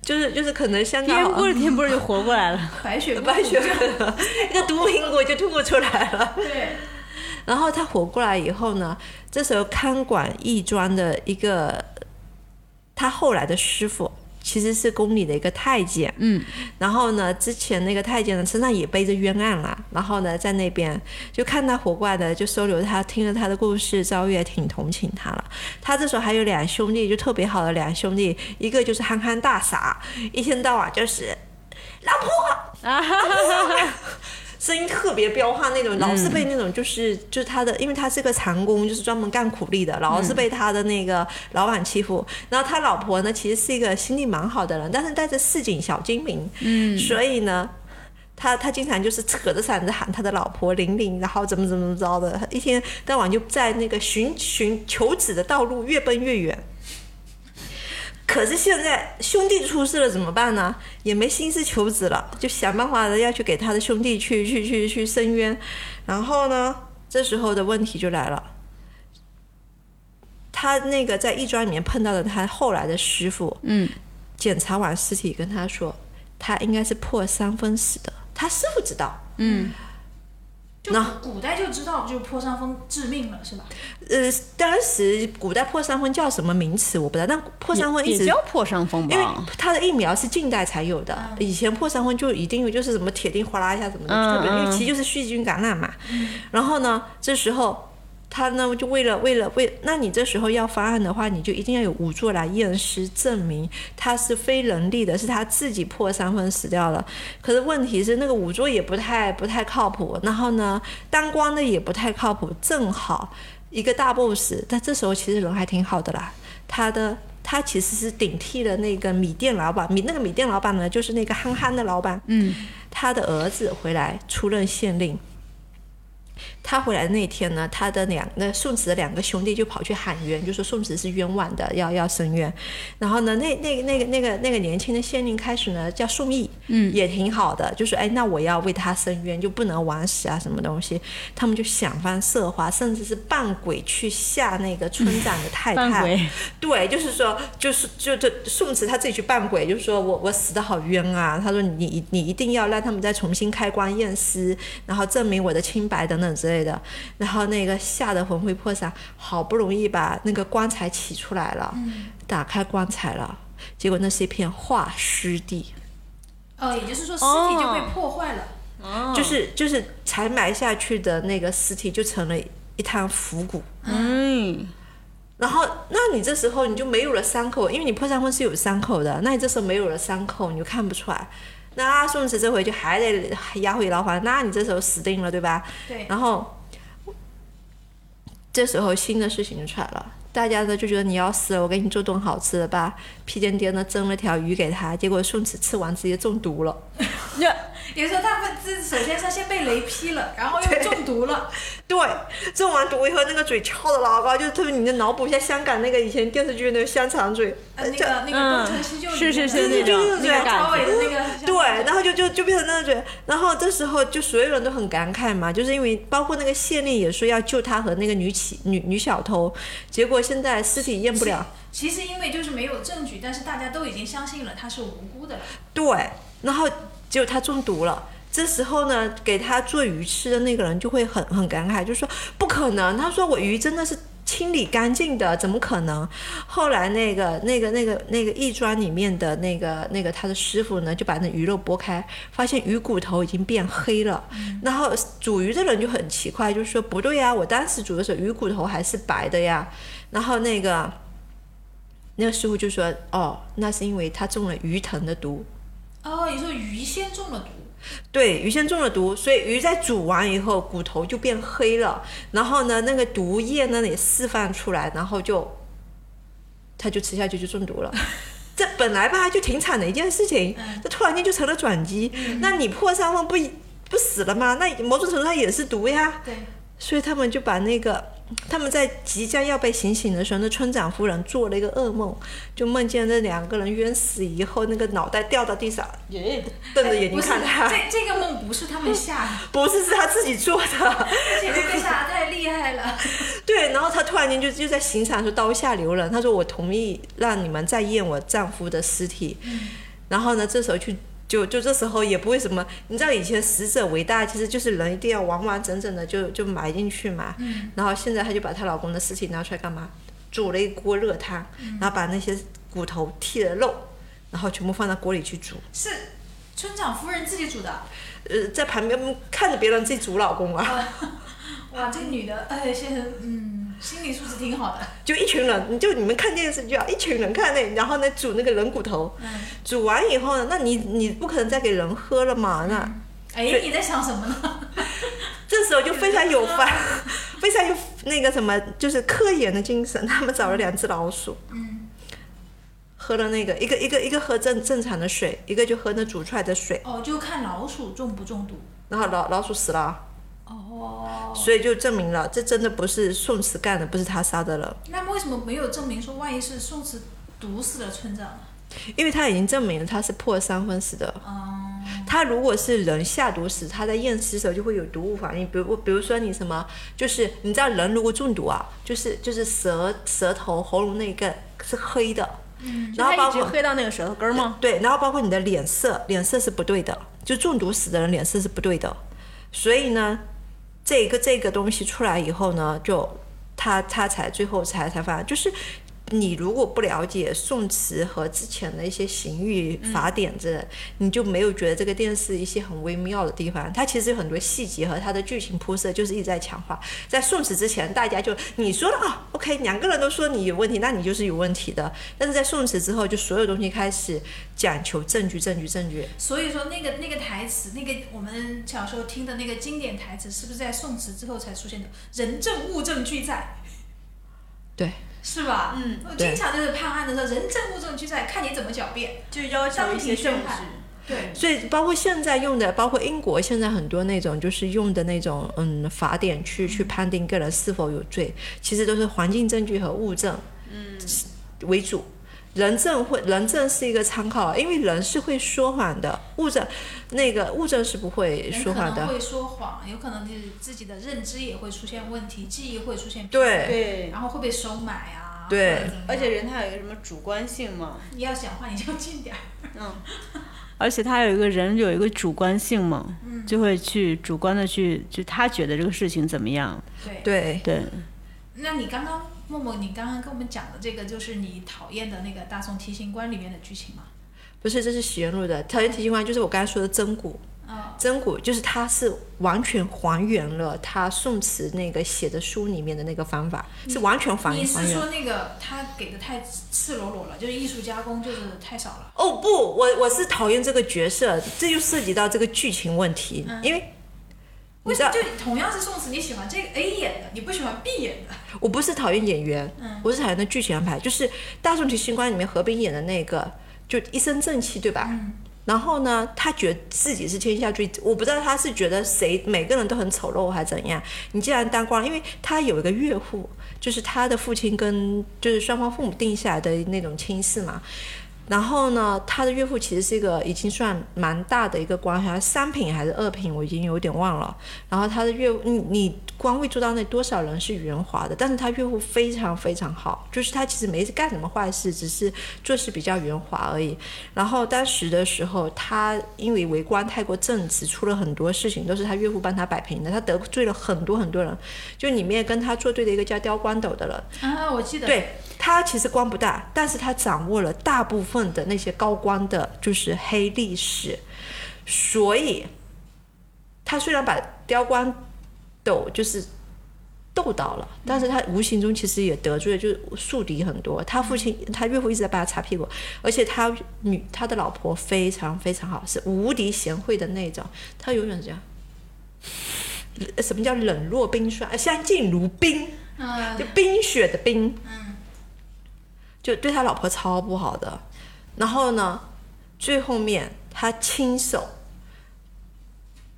Speaker 2: 就是就是可能香
Speaker 4: 颠
Speaker 2: 港
Speaker 4: 簸着颠簸着就活过来
Speaker 3: <laughs>
Speaker 4: 了。
Speaker 3: 白雪公主
Speaker 2: 白血病 <laughs> 了，一个毒苹果就吐出来了。
Speaker 3: <laughs> 对，
Speaker 2: 然后他活过来以后呢，这时候看管义庄的一个他后来的师傅。其实是宫里的一个太监，
Speaker 4: 嗯，
Speaker 2: 然后呢，之前那个太监呢身上也背着冤案啦，然后呢，在那边就看他活过来的，就收留他，听了他的故事遭遇，也挺同情他了。他这时候还有两兄弟，就特别好的两兄弟，一个就是憨憨大傻，一天到晚就是老婆，
Speaker 4: 啊哈哈
Speaker 2: <laughs> 声音特别彪悍那种，老是被那种就是、就是他的，因为他是个长工，就是专门干苦力的，老是被他的那个老板欺负。然后他老婆呢，其实是一个心地蛮好的人，但是带着市井小精明，嗯，所以呢。他他经常就是扯着嗓子喊他的老婆玲玲，然后怎么怎么着的，一天到晚就在那个寻寻求子的道路越奔越远。可是现在兄弟出事了怎么办呢？也没心思求子了，就想办法的要去给他的兄弟去去去去伸冤。然后呢，这时候的问题就来了，他那个在义庄里面碰到的他后来的师傅，
Speaker 4: 嗯，
Speaker 2: 检查完尸体跟他说，他应该是破三分死的。他师傅知道，
Speaker 3: 就
Speaker 2: 那
Speaker 3: 古古代就知道，就是破伤风致命了，是吧？
Speaker 2: 呃，当时古代破三分叫什么名词我不知道，但破三分一
Speaker 4: 也
Speaker 2: 直
Speaker 4: 叫破伤风
Speaker 2: 因为
Speaker 4: 吧？
Speaker 2: 它的疫苗是近代才有的，以前破伤风就一定有，就是什么铁钉哗啦一下什么的，
Speaker 4: 嗯
Speaker 2: 特别因为
Speaker 4: 嗯
Speaker 2: 其实就是细菌感染嘛。然后呢，这时候他呢就为了为了为，那你这时候要发案的话，你就一定要有仵作来验尸，证明他是非人力的，是他自己破三分死掉了。可是问题是，那个仵作也不太不太靠谱，然后呢，当官的也不太靠谱，正好一个大 boss，但这时候其实人还挺好的啦，他的。他其实是顶替了那个米店老板，米那个米店老板呢，就是那个憨憨的老板，嗯，他的儿子回来出任县令。他回来那天呢，他的两那宋慈的两个兄弟就跑去喊冤，就说宋慈是冤枉的，要要申冤。然后呢，那那那个那个那个年轻的县令开始呢叫宋义，嗯，也挺好的，就说哎，那我要为他申冤，就不能枉死啊，什么东西。他们就想方设法，甚至是扮鬼去吓那个村长的太
Speaker 1: 扮
Speaker 2: 太。
Speaker 1: 鬼
Speaker 2: 对，就是说，就是就这宋慈他自己去扮鬼，就是说我我死的好冤啊。他说你你你一定要让他们再重新开棺验尸，然后证明我的清白等等之类的。然后那个吓得魂飞魄散，好不容易把那个棺材起出来了，打开棺材了，结果那是一片化尸地。
Speaker 3: 哦，也就是说尸体就被
Speaker 4: 哦
Speaker 3: 破坏了。
Speaker 2: 就是就是才埋下去的那个尸体就成了一滩腐骨。
Speaker 1: 嗯，
Speaker 2: 然后，那你这时候你就没有了伤口，因为你破伤风是有伤口的，那你这时候没有了伤口，你就看不出来。那宋慈这回就还得押回牢房，那你这时候死定了，对吧？
Speaker 3: 对，
Speaker 2: 然后这时候新的事情就出来了，大家呢就觉得你要死了，我给你做顿好吃的吧。屁颠颠的蒸了条鱼给他，结果宋慈吃完直接中毒了。
Speaker 3: 也就是说他们这首先他先被雷劈了，然后又中毒了，
Speaker 2: 对，中完毒以后那个嘴翘的老高，就是特别你就脑补一下香港那个以前电视剧那个香肠嘴，
Speaker 3: 呃，那
Speaker 2: 这
Speaker 3: 个那个《东成西就》里
Speaker 1: 嗯是
Speaker 3: 面
Speaker 1: 是
Speaker 3: 的
Speaker 1: 是
Speaker 2: 对
Speaker 1: 那
Speaker 2: 对
Speaker 1: 种那
Speaker 2: 对对对
Speaker 1: 种
Speaker 3: 高
Speaker 1: 感
Speaker 3: 伟
Speaker 1: 觉，
Speaker 3: 的那个像
Speaker 2: 对，然后就就就变成那种，然后这时候就所有人都很感慨嘛，就是因为包括那个县令也说要救他和那个女乞女女小偷，结果现在尸体验不了，
Speaker 3: 其实因为就是没有证据，但是大家都已经相信了他是无辜的了。
Speaker 2: 对，然后结果他中毒了。这时候呢，给他做鱼吃的那个人就会很很感慨，就说不可能，他说我鱼真的是清理干净的，怎么可能？后来那个那个那个那个义庄里面的那个那个他的师傅呢，就把那鱼肉剥开，发现鱼骨头已经变黑了。然后煮鱼的人就很奇怪，就说不对呀，我当时煮的时候鱼骨头还是白的呀。然后那个那个师傅就说，哦，那是因为他中了鱼藤的毒。
Speaker 3: 哦，你说鱼先中了毒，
Speaker 2: 对，鱼先中了毒，所以鱼在煮完以后骨头就变黑了，然后呢，那个毒液呢也释放出来，然后就，它就吃下去就中毒
Speaker 3: <laughs>
Speaker 2: 了。这本来吧就挺惨的一件事情，
Speaker 3: 嗯
Speaker 2: 这突然间就成了转机。那你破伤风不不死了吗？那某种程度上也是毒呀。
Speaker 3: 对，
Speaker 2: 所以他们就把那个他们在即将要被行刑的时候，那村长夫人做了一个噩梦，就梦见那两个人冤死以后，那个脑袋掉到地上，瞪着眼睛
Speaker 3: 哎不是
Speaker 2: 看他。
Speaker 3: 这这个梦不是他们
Speaker 2: <laughs>
Speaker 3: 吓的，
Speaker 2: 不是，是他自己做的。
Speaker 3: 而且这个吓得太厉害了。
Speaker 2: <laughs> 对，然后他突然间就就在刑场说刀下留人，他说我同意让你们再验我丈夫的尸体。然后呢，这时候去就就这时候也不会什么，你知道以前死者为大，其实就是人一定要完完整整的就就埋进去嘛。然后现在她就把她老公的尸体拿出来干嘛？煮了一锅热汤，然后把那些骨头剔了肉，然后全部放到锅里去煮。
Speaker 3: 是村长夫人自己煮的，
Speaker 2: 呃，在旁边看着别人自己煮老公啊。
Speaker 3: <laughs> 哇，这女的，哎，现在嗯，心理素质挺好的。
Speaker 2: 就一群人，你就你们看电视剧啊，一群人看那，然后呢煮那个人骨头，
Speaker 3: 嗯，
Speaker 2: 煮完以后呢，那你你不可能再给人喝了嘛，那
Speaker 3: 哎，
Speaker 2: 对
Speaker 3: 你在想什么呢？ <laughs>
Speaker 2: 这时候就非常有发， <laughs> 非常有那个什么，就是科研的精神，他们找了两只老鼠，
Speaker 3: 嗯，
Speaker 2: 喝了那个一个一个一个喝正正常的水，一个就喝那煮出来的水，
Speaker 3: 哦，就看老鼠中不中毒。
Speaker 2: 然后老老鼠死了啊，
Speaker 3: 哦，
Speaker 2: 所以就证明了这真的不是宋慈干的，不是他杀的人，
Speaker 3: 那么为什么没有证明说，万一是宋慈毒死了村长呢？
Speaker 2: 因为他已经证明了他是破三分死的。
Speaker 3: 嗯，
Speaker 2: 它如果是人下毒死，它在验尸的时候就会有毒物反应，比如比如说你什么，就是你知道人如果中毒啊，就是就是舌舌头喉咙那一个是黑的，嗯，然后
Speaker 1: 他
Speaker 2: 包
Speaker 1: 一直
Speaker 2: 括
Speaker 1: 黑到那个舌头根儿吗？
Speaker 2: 对，然后包括你的脸色，脸色是不对的，就中毒死的人脸色是不对的，所以呢，这个这个东西出来以后呢，就他他才最后才才发，就是你如果不了解宋词和之前的一些刑狱
Speaker 1: 嗯
Speaker 2: 法典之类的，你就没有觉得这个电视一些很微妙的地方。它其实有很多细节和它的剧情铺设就是一直在强化。在宋词之前，大家就你说的啊，OK，两个人都说你有问题，那你就是有问题的。但是在宋词之后，就所有东西开始讲求证据，证据，证据。
Speaker 3: 所以说那个那个台词，那个我们小时候听的那个经典台词，是不是在宋词之后才出现的？人证物证俱在，
Speaker 2: 对，
Speaker 3: 是吧？嗯，我
Speaker 2: 对
Speaker 3: 经常就是判案的时候，人证物证俱在，看你怎么狡辩。
Speaker 5: 就要求一些证
Speaker 3: 当庭宣判
Speaker 5: 据。
Speaker 3: 对，
Speaker 2: 所以包括现在用的，包括英国现在很多那种就是用的那种嗯法典去去判定一个人是否有罪，其实都是环境证据和物证嗯为主。人证会，人证是一个参考，啊因为人是会说谎的，物证那个物证是不会
Speaker 3: 人
Speaker 2: 说
Speaker 3: 可
Speaker 2: 谎
Speaker 3: 能
Speaker 2: 的。
Speaker 3: 会说谎，有可能就是自己的认知也会出现问题，记忆会出现
Speaker 2: 对
Speaker 5: 对，
Speaker 3: 然后会被收买啊。
Speaker 2: 对
Speaker 3: 或者怎么样
Speaker 5: 而且人他有一个什么主观性嘛？
Speaker 3: 你要讲话你就近点儿。
Speaker 5: 嗯，
Speaker 4: 而且他有一个人有一个主观性嘛，就会去主观的去，就他觉得这个事情怎么样，
Speaker 3: 对，
Speaker 2: 对，
Speaker 4: 对，
Speaker 3: 那你刚刚默默，你刚刚跟我们讲的这个就是你讨厌的那个《大宋提刑官》里面的剧情吗？
Speaker 2: 不是，这是许愿录的。条件提醒官就是我刚才说的真骨，
Speaker 3: 啊、
Speaker 2: 真骨就是它是完全还原了他宋词那个写的书里面的那个方法，是完全还
Speaker 3: 嗯你
Speaker 2: 还原。
Speaker 3: 是说那个他给的太赤裸裸了，就是艺术加工就是太少了？
Speaker 2: 哦不，我我是讨厌这个角色，这就涉及到这个剧情问题，因为你
Speaker 3: 嗯为
Speaker 2: 知
Speaker 3: 什
Speaker 2: 道
Speaker 3: 么就同样是宋词，你喜欢这个 A 演的，你不喜欢 B 演的？
Speaker 2: 我不是讨厌演员，
Speaker 3: 嗯
Speaker 2: 我是讨厌的剧情安排，就是《大宋提刑官》里面何冰演的那个，就一身正气，对吧？
Speaker 3: 嗯
Speaker 2: 然后呢，他觉得自己是天下最，我不知道他是觉得谁每个人都很丑陋还是怎样。你既然当官，因为他有一个岳父，就是他的父亲跟就是双方父母定下来的那种亲事嘛。然后呢，他的岳父其实是一个已经算蛮大的一个官，好像三品还是二品，我已经有点忘了。然后他的岳，你你官位做到那多少人是圆滑的，但是他岳父非常非常好，就是他其实没干什么坏事，只是做事比较圆滑而已。然后当时的时候，他因为为官太过正直，出了很多事情，都是他岳父帮他摆平的，他得罪了很多很多人，就里面跟他作对的一个叫刁光斗的人，
Speaker 3: 啊，我记得，
Speaker 2: 对他其实官不大，但是他掌握了大部分的那些高官的，就是黑历史，所以他虽然把刁官斗就是斗倒了，但是他无形中其实也得罪了就是宿敌很多。他父亲、他岳父一直在帮他擦屁股，而且他女他的老婆非常非常好，是无敌贤惠的那种，他永远是这样。什么叫冷若冰霜？呃相敬如宾。
Speaker 3: 嗯、
Speaker 2: 就冰雪的冰，就对他老婆超不好的。然后呢，最后面他亲手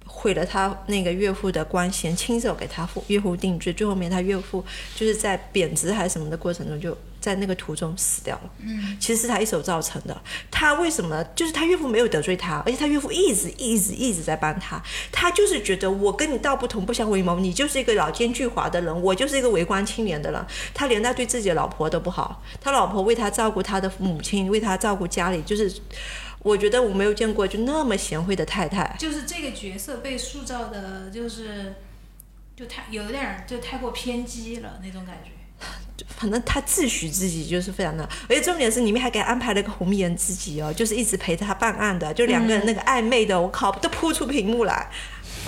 Speaker 2: 毁了他那个岳父的官衔，亲手给他父岳父定罪。最后面他岳父就是在贬值还是什么的过程中，就在那个途中死掉了。嗯，其实是他一手造成的。他为什么就是他岳父没有得罪他，而且他岳父一直一直一直在帮他。他就是觉得我跟你道不同不相为谋，你就是一个老奸巨猾的人，我就是一个为官清廉的人。他连他对自己的老婆都不好，他老婆为他照顾他的母亲，为他照顾家里，就是我觉得我没有见过就那么贤惠的太太。
Speaker 3: 就是这个角色被塑造的，就是就太有点儿就太过偏激了那种感觉。
Speaker 2: 反正他自诩自己就是非常的，而且重点是里面还给他安排了一个红颜知己哦，就是一直陪他办案的，就两个人那个暧昧的，我靠，都扑出屏幕来，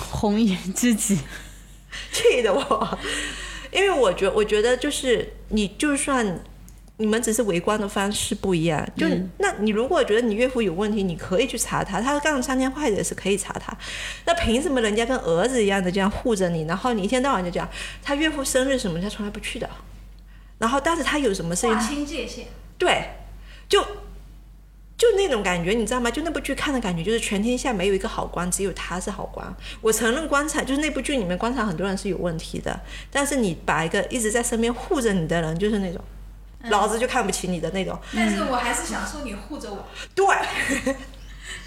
Speaker 4: 红颜知己，
Speaker 2: <laughs> 气得我。因为我觉我觉得就是你就算你们只是围观的方式不一样，就、那你如果觉得你岳父有问题，你可以去查他，他干了三天坏事也是可以查他。那凭什么人家跟儿子一样的这样护着你，然后你一天到晚就讲他岳父生日什么他从来不去的，然后但是他有什么事情
Speaker 3: 划清界限，
Speaker 2: 对，就就那种感觉，你知道吗？就那部剧看的感觉，就是全天下没有一个好官，只有他是好官。我承认官场就是那部剧里面官场很多人是有问题的，但是你把一个一直在身边护着你的人，就是那种。
Speaker 3: 嗯
Speaker 2: 老子就看不起你的那种，
Speaker 3: 但是我还是享受你护着我，
Speaker 2: 对，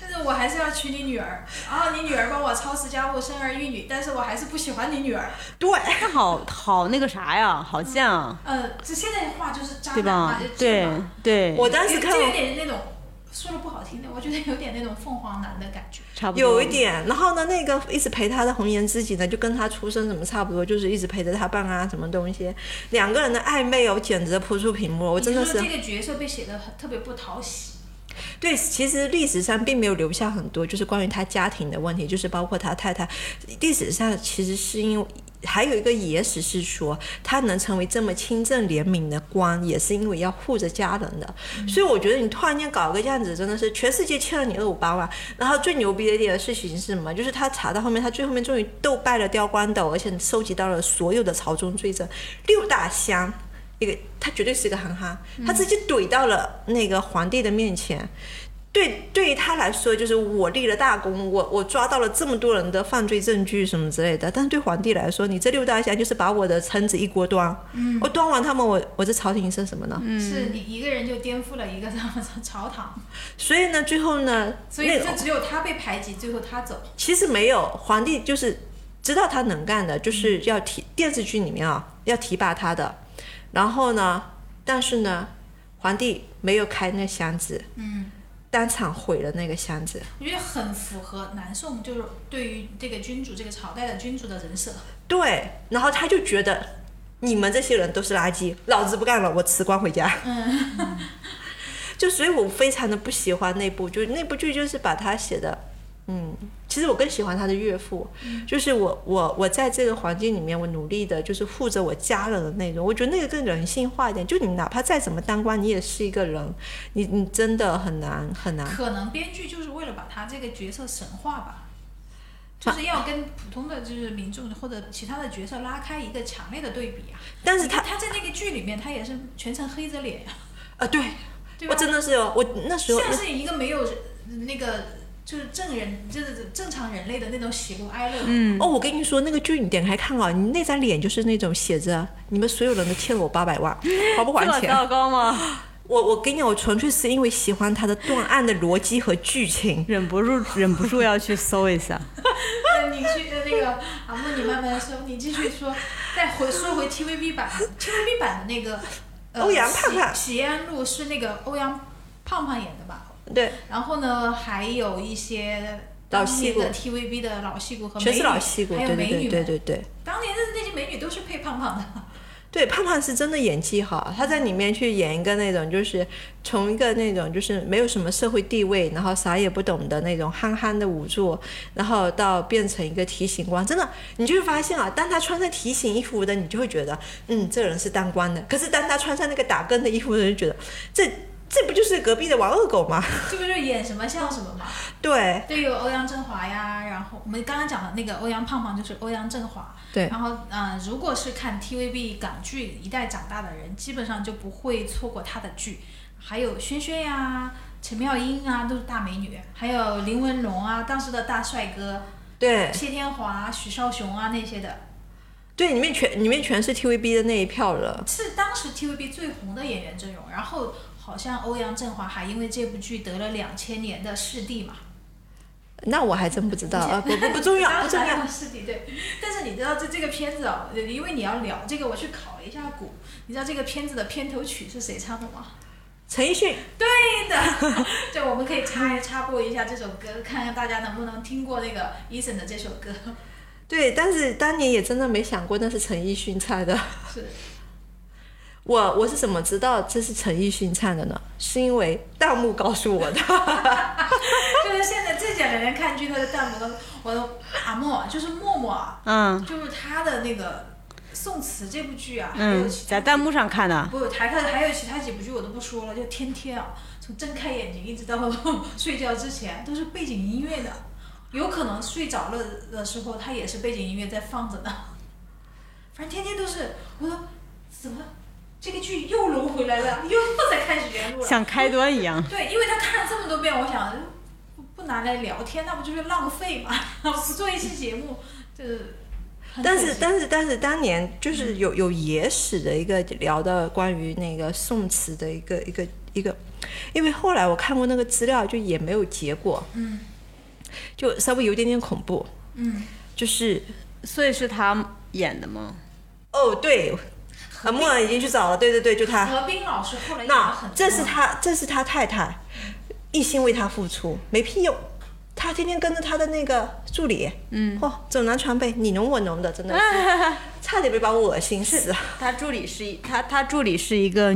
Speaker 3: 但是我还是要娶你女儿。然后你女儿帮我操持家务、生儿育女，但是我还是不喜欢你女儿。
Speaker 2: 对，
Speaker 4: 他好好那个啥呀，好犟啊，
Speaker 3: 嗯呃，这现在的话就是渣
Speaker 4: 对
Speaker 5: 嗯
Speaker 3: 男嘛，
Speaker 4: 吧
Speaker 3: 就？
Speaker 4: 对
Speaker 3: 是嘛
Speaker 4: 对，
Speaker 2: 我当时
Speaker 3: 就
Speaker 2: 看
Speaker 3: 就有点那种说的不好听点，我觉得有点那种凤凰男的感觉。
Speaker 1: 差不多
Speaker 2: 有一点。然后呢，那个一直陪他的红颜知己呢，就跟他出生什么差不多，就是一直陪着他办啊什么东西。两个人的暧昧哦，简直扑出屏幕了，我真的
Speaker 3: 你
Speaker 2: 是
Speaker 3: 说这个角色被写的很特别不讨喜，
Speaker 2: 对。其实历史上并没有留下很多，就是关于他家庭的问题，就是包括他太太。历史上其实是因为。还有一个野史是说，他能成为这么清正廉明的官，也是因为要护着家人的。所以我觉得你突然间搞个这样子，真的是全世界欠了你二五八万。然后最牛逼的一点事情是什么？就是他查到后面，他最后面终于斗败了刁光斗，而且收集到了所有的朝中罪证，六大箱。一个，他绝对是一个憨憨，他直接怼到了那个皇帝的面前。对，对于他来说，就是我立了大功，我我抓到了这么多人的犯罪证据什么之类的。但是对皇帝来说，你这六大箱就是把我的臣子一锅端，
Speaker 3: 嗯
Speaker 2: 我端完他们，我我这朝廷是什么呢？
Speaker 3: 是你一个人就颠覆了一个
Speaker 2: <laughs>
Speaker 3: 朝堂，
Speaker 2: 所以呢，最后呢，
Speaker 3: 所以
Speaker 2: 那
Speaker 3: 就只有他被排挤，最后他走。
Speaker 2: 其实没有，皇帝就是知道他能干的，
Speaker 3: 嗯
Speaker 2: 就是要提电视剧里面啊要提拔他的。然后呢，但是呢，皇帝没有开那箱子，
Speaker 3: 嗯，
Speaker 2: 当场毁了那个箱子。
Speaker 3: 我觉得很符合南宋就是对于这个君主这个朝代的君主的人设。
Speaker 2: 对，然后他就觉得你们这些人都是垃圾，老子不干了，我辞官回家。嗯， <laughs> 就所以我非常的不喜欢那部剧，那部剧就是把他写的，嗯，其实我更喜欢他的岳父，就是我我我在这个环境里面，我努力的就是护着我家人的那种，我觉得那个更人性化一点。就你哪怕再怎么当官，你也是一个人，你你真的很难很难。
Speaker 3: 可能编剧就是为了把他这个角色神话吧，就是要跟普通的就是民众或者其他的角色拉开一个强烈的对比啊。
Speaker 2: 但是
Speaker 3: 你
Speaker 2: 他
Speaker 3: 看他在那个剧里面，他也是全程黑着脸啊，
Speaker 2: 啊，对
Speaker 3: 对吧
Speaker 2: 我真的是有我那时候
Speaker 3: 像是一个没有人那个就是正人就是正常人类的那种喜怒哀乐。嗯，
Speaker 2: 哦，我跟你说，那个剧你点开看啊，你那张脸就是那种写着“你们所有人都欠了我
Speaker 4: <laughs>
Speaker 2: 八百万，还不还
Speaker 4: 这么
Speaker 2: 钱
Speaker 4: 糟糕吗？”
Speaker 2: 我。我跟你讲，我纯粹是因为喜欢他的断案的逻辑和剧情。
Speaker 4: 忍不住忍不住要去搜一下。
Speaker 3: <laughs> 那你去那个啊，木你慢慢说，你继续说，再回说回 TVB 版 TVB 版的那个、呃、
Speaker 2: 欧阳胖胖
Speaker 3: 喜喜安路是那个欧阳胖胖演的吧？
Speaker 2: 对，
Speaker 3: 然后呢，还有一些
Speaker 2: 老
Speaker 3: 当
Speaker 2: 戏
Speaker 3: 年
Speaker 2: 骨
Speaker 3: 的 TVB 的老戏哦骨和美女，
Speaker 2: 全是老戏骨，
Speaker 3: 还
Speaker 2: 对对
Speaker 3: 有美女
Speaker 2: 对对
Speaker 3: 们
Speaker 2: 对对
Speaker 3: 当年的那些美女都是配胖胖的， <laughs>
Speaker 2: 对，胖胖是真的演技好，他在里面去演一个那种就是从一个那种就是没有什么社会地位，然后啥也不懂的那种憨憨的仵作，然后到变成一个提刑官，真的你就会发现啊，当他穿上提刑衣服的，你就会觉得，嗯，这人是当官的；可是当他穿上那个打更的衣服的，人，就觉得这这不就是隔壁的王二狗吗？ <laughs>
Speaker 3: 这不就是演什么像什么嘛？
Speaker 2: 对
Speaker 3: 对，有欧阳震华呀，然后我们刚刚讲的那个欧阳胖胖就是欧阳震华。
Speaker 2: 对
Speaker 3: 然后，嗯、如果是看 TVB 港剧一代长大的人，基本上就不会错过她的剧。还有萱萱呀、陈妙英啊，都是大美女。还有林文龙啊，当时的大帅哥，
Speaker 2: 对
Speaker 3: 谢天华、许绍雄啊那些的，
Speaker 2: 对，里面全里面全是 TVB 的那一票人。
Speaker 3: 是当时 TVB 最红的演员阵容。然后好像欧阳震华还因为这部剧得了两千年的视帝嘛。
Speaker 2: 那我还真不知道啊，不不不重要，不重要。
Speaker 3: 是的，对。但是你知道这这个片子哦，因为你要聊这个，我去考了一下古，你知道这个片子的片头曲是谁唱的吗？
Speaker 2: 陈奕迅，
Speaker 3: 对的， <laughs> 就我们可以插一插播一下这首歌，看看大家能不能听过那个 Eason 的这首歌。 <laughs>
Speaker 2: 对，但是当年也真的没想过那是陈奕迅唱的。 <laughs>
Speaker 3: 是，
Speaker 2: 我我是怎么知道这是陈奕迅唱的呢？是因为弹幕告诉我的。 <laughs>
Speaker 3: 就是现在这几年人看剧，他的弹幕都，我都阿莫就是默默啊，
Speaker 4: 嗯
Speaker 3: 就是他的那个宋词这部剧啊，还
Speaker 5: 哎
Speaker 3: 有
Speaker 4: 嗯
Speaker 3: 其，他
Speaker 4: 在弹幕上看的。
Speaker 3: 不，还看还有其他几部剧我都不说了，就天天啊，从睁开眼睛一直到 <laughs> 睡觉之前都是背景音乐的，有可能睡着了的时候，它也是背景音乐在放着呢。反正天天都是，我说怎么这个剧又轮回来了，又在开始原路了。
Speaker 4: 像开端
Speaker 5: <laughs>
Speaker 4: 一样，
Speaker 3: 对，因为他看了这么多遍，我想不不拿来聊天，那不就是浪费嘛？ <laughs> 不做一期节目，就是很可
Speaker 2: 但
Speaker 3: 惜。 <laughs>
Speaker 2: 是但是但是当年就是
Speaker 3: 嗯
Speaker 2: 有有野史的一个聊到关于那个宋词的一个一个一个，因为后来我看过那个资料，就也没有结果，
Speaker 3: 嗯
Speaker 2: 就稍微有一点点恐怖，
Speaker 3: 嗯，
Speaker 2: 就是
Speaker 4: 所以是他演
Speaker 5: <laughs>
Speaker 4: 的吗？
Speaker 2: 哦对，啊莫言已经去找了，对对对，就他。
Speaker 3: 何冰老师后来演了
Speaker 2: 哎那
Speaker 3: 很多
Speaker 2: 这是他，这是他太太。一心为他付出，没屁用。他天天跟着他的那个助理，嗯，哇、走南闯北，你侬我侬的，真的
Speaker 3: 嗯
Speaker 2: 是，差点没把我恶心死。
Speaker 5: 他助理是一他他助理是一个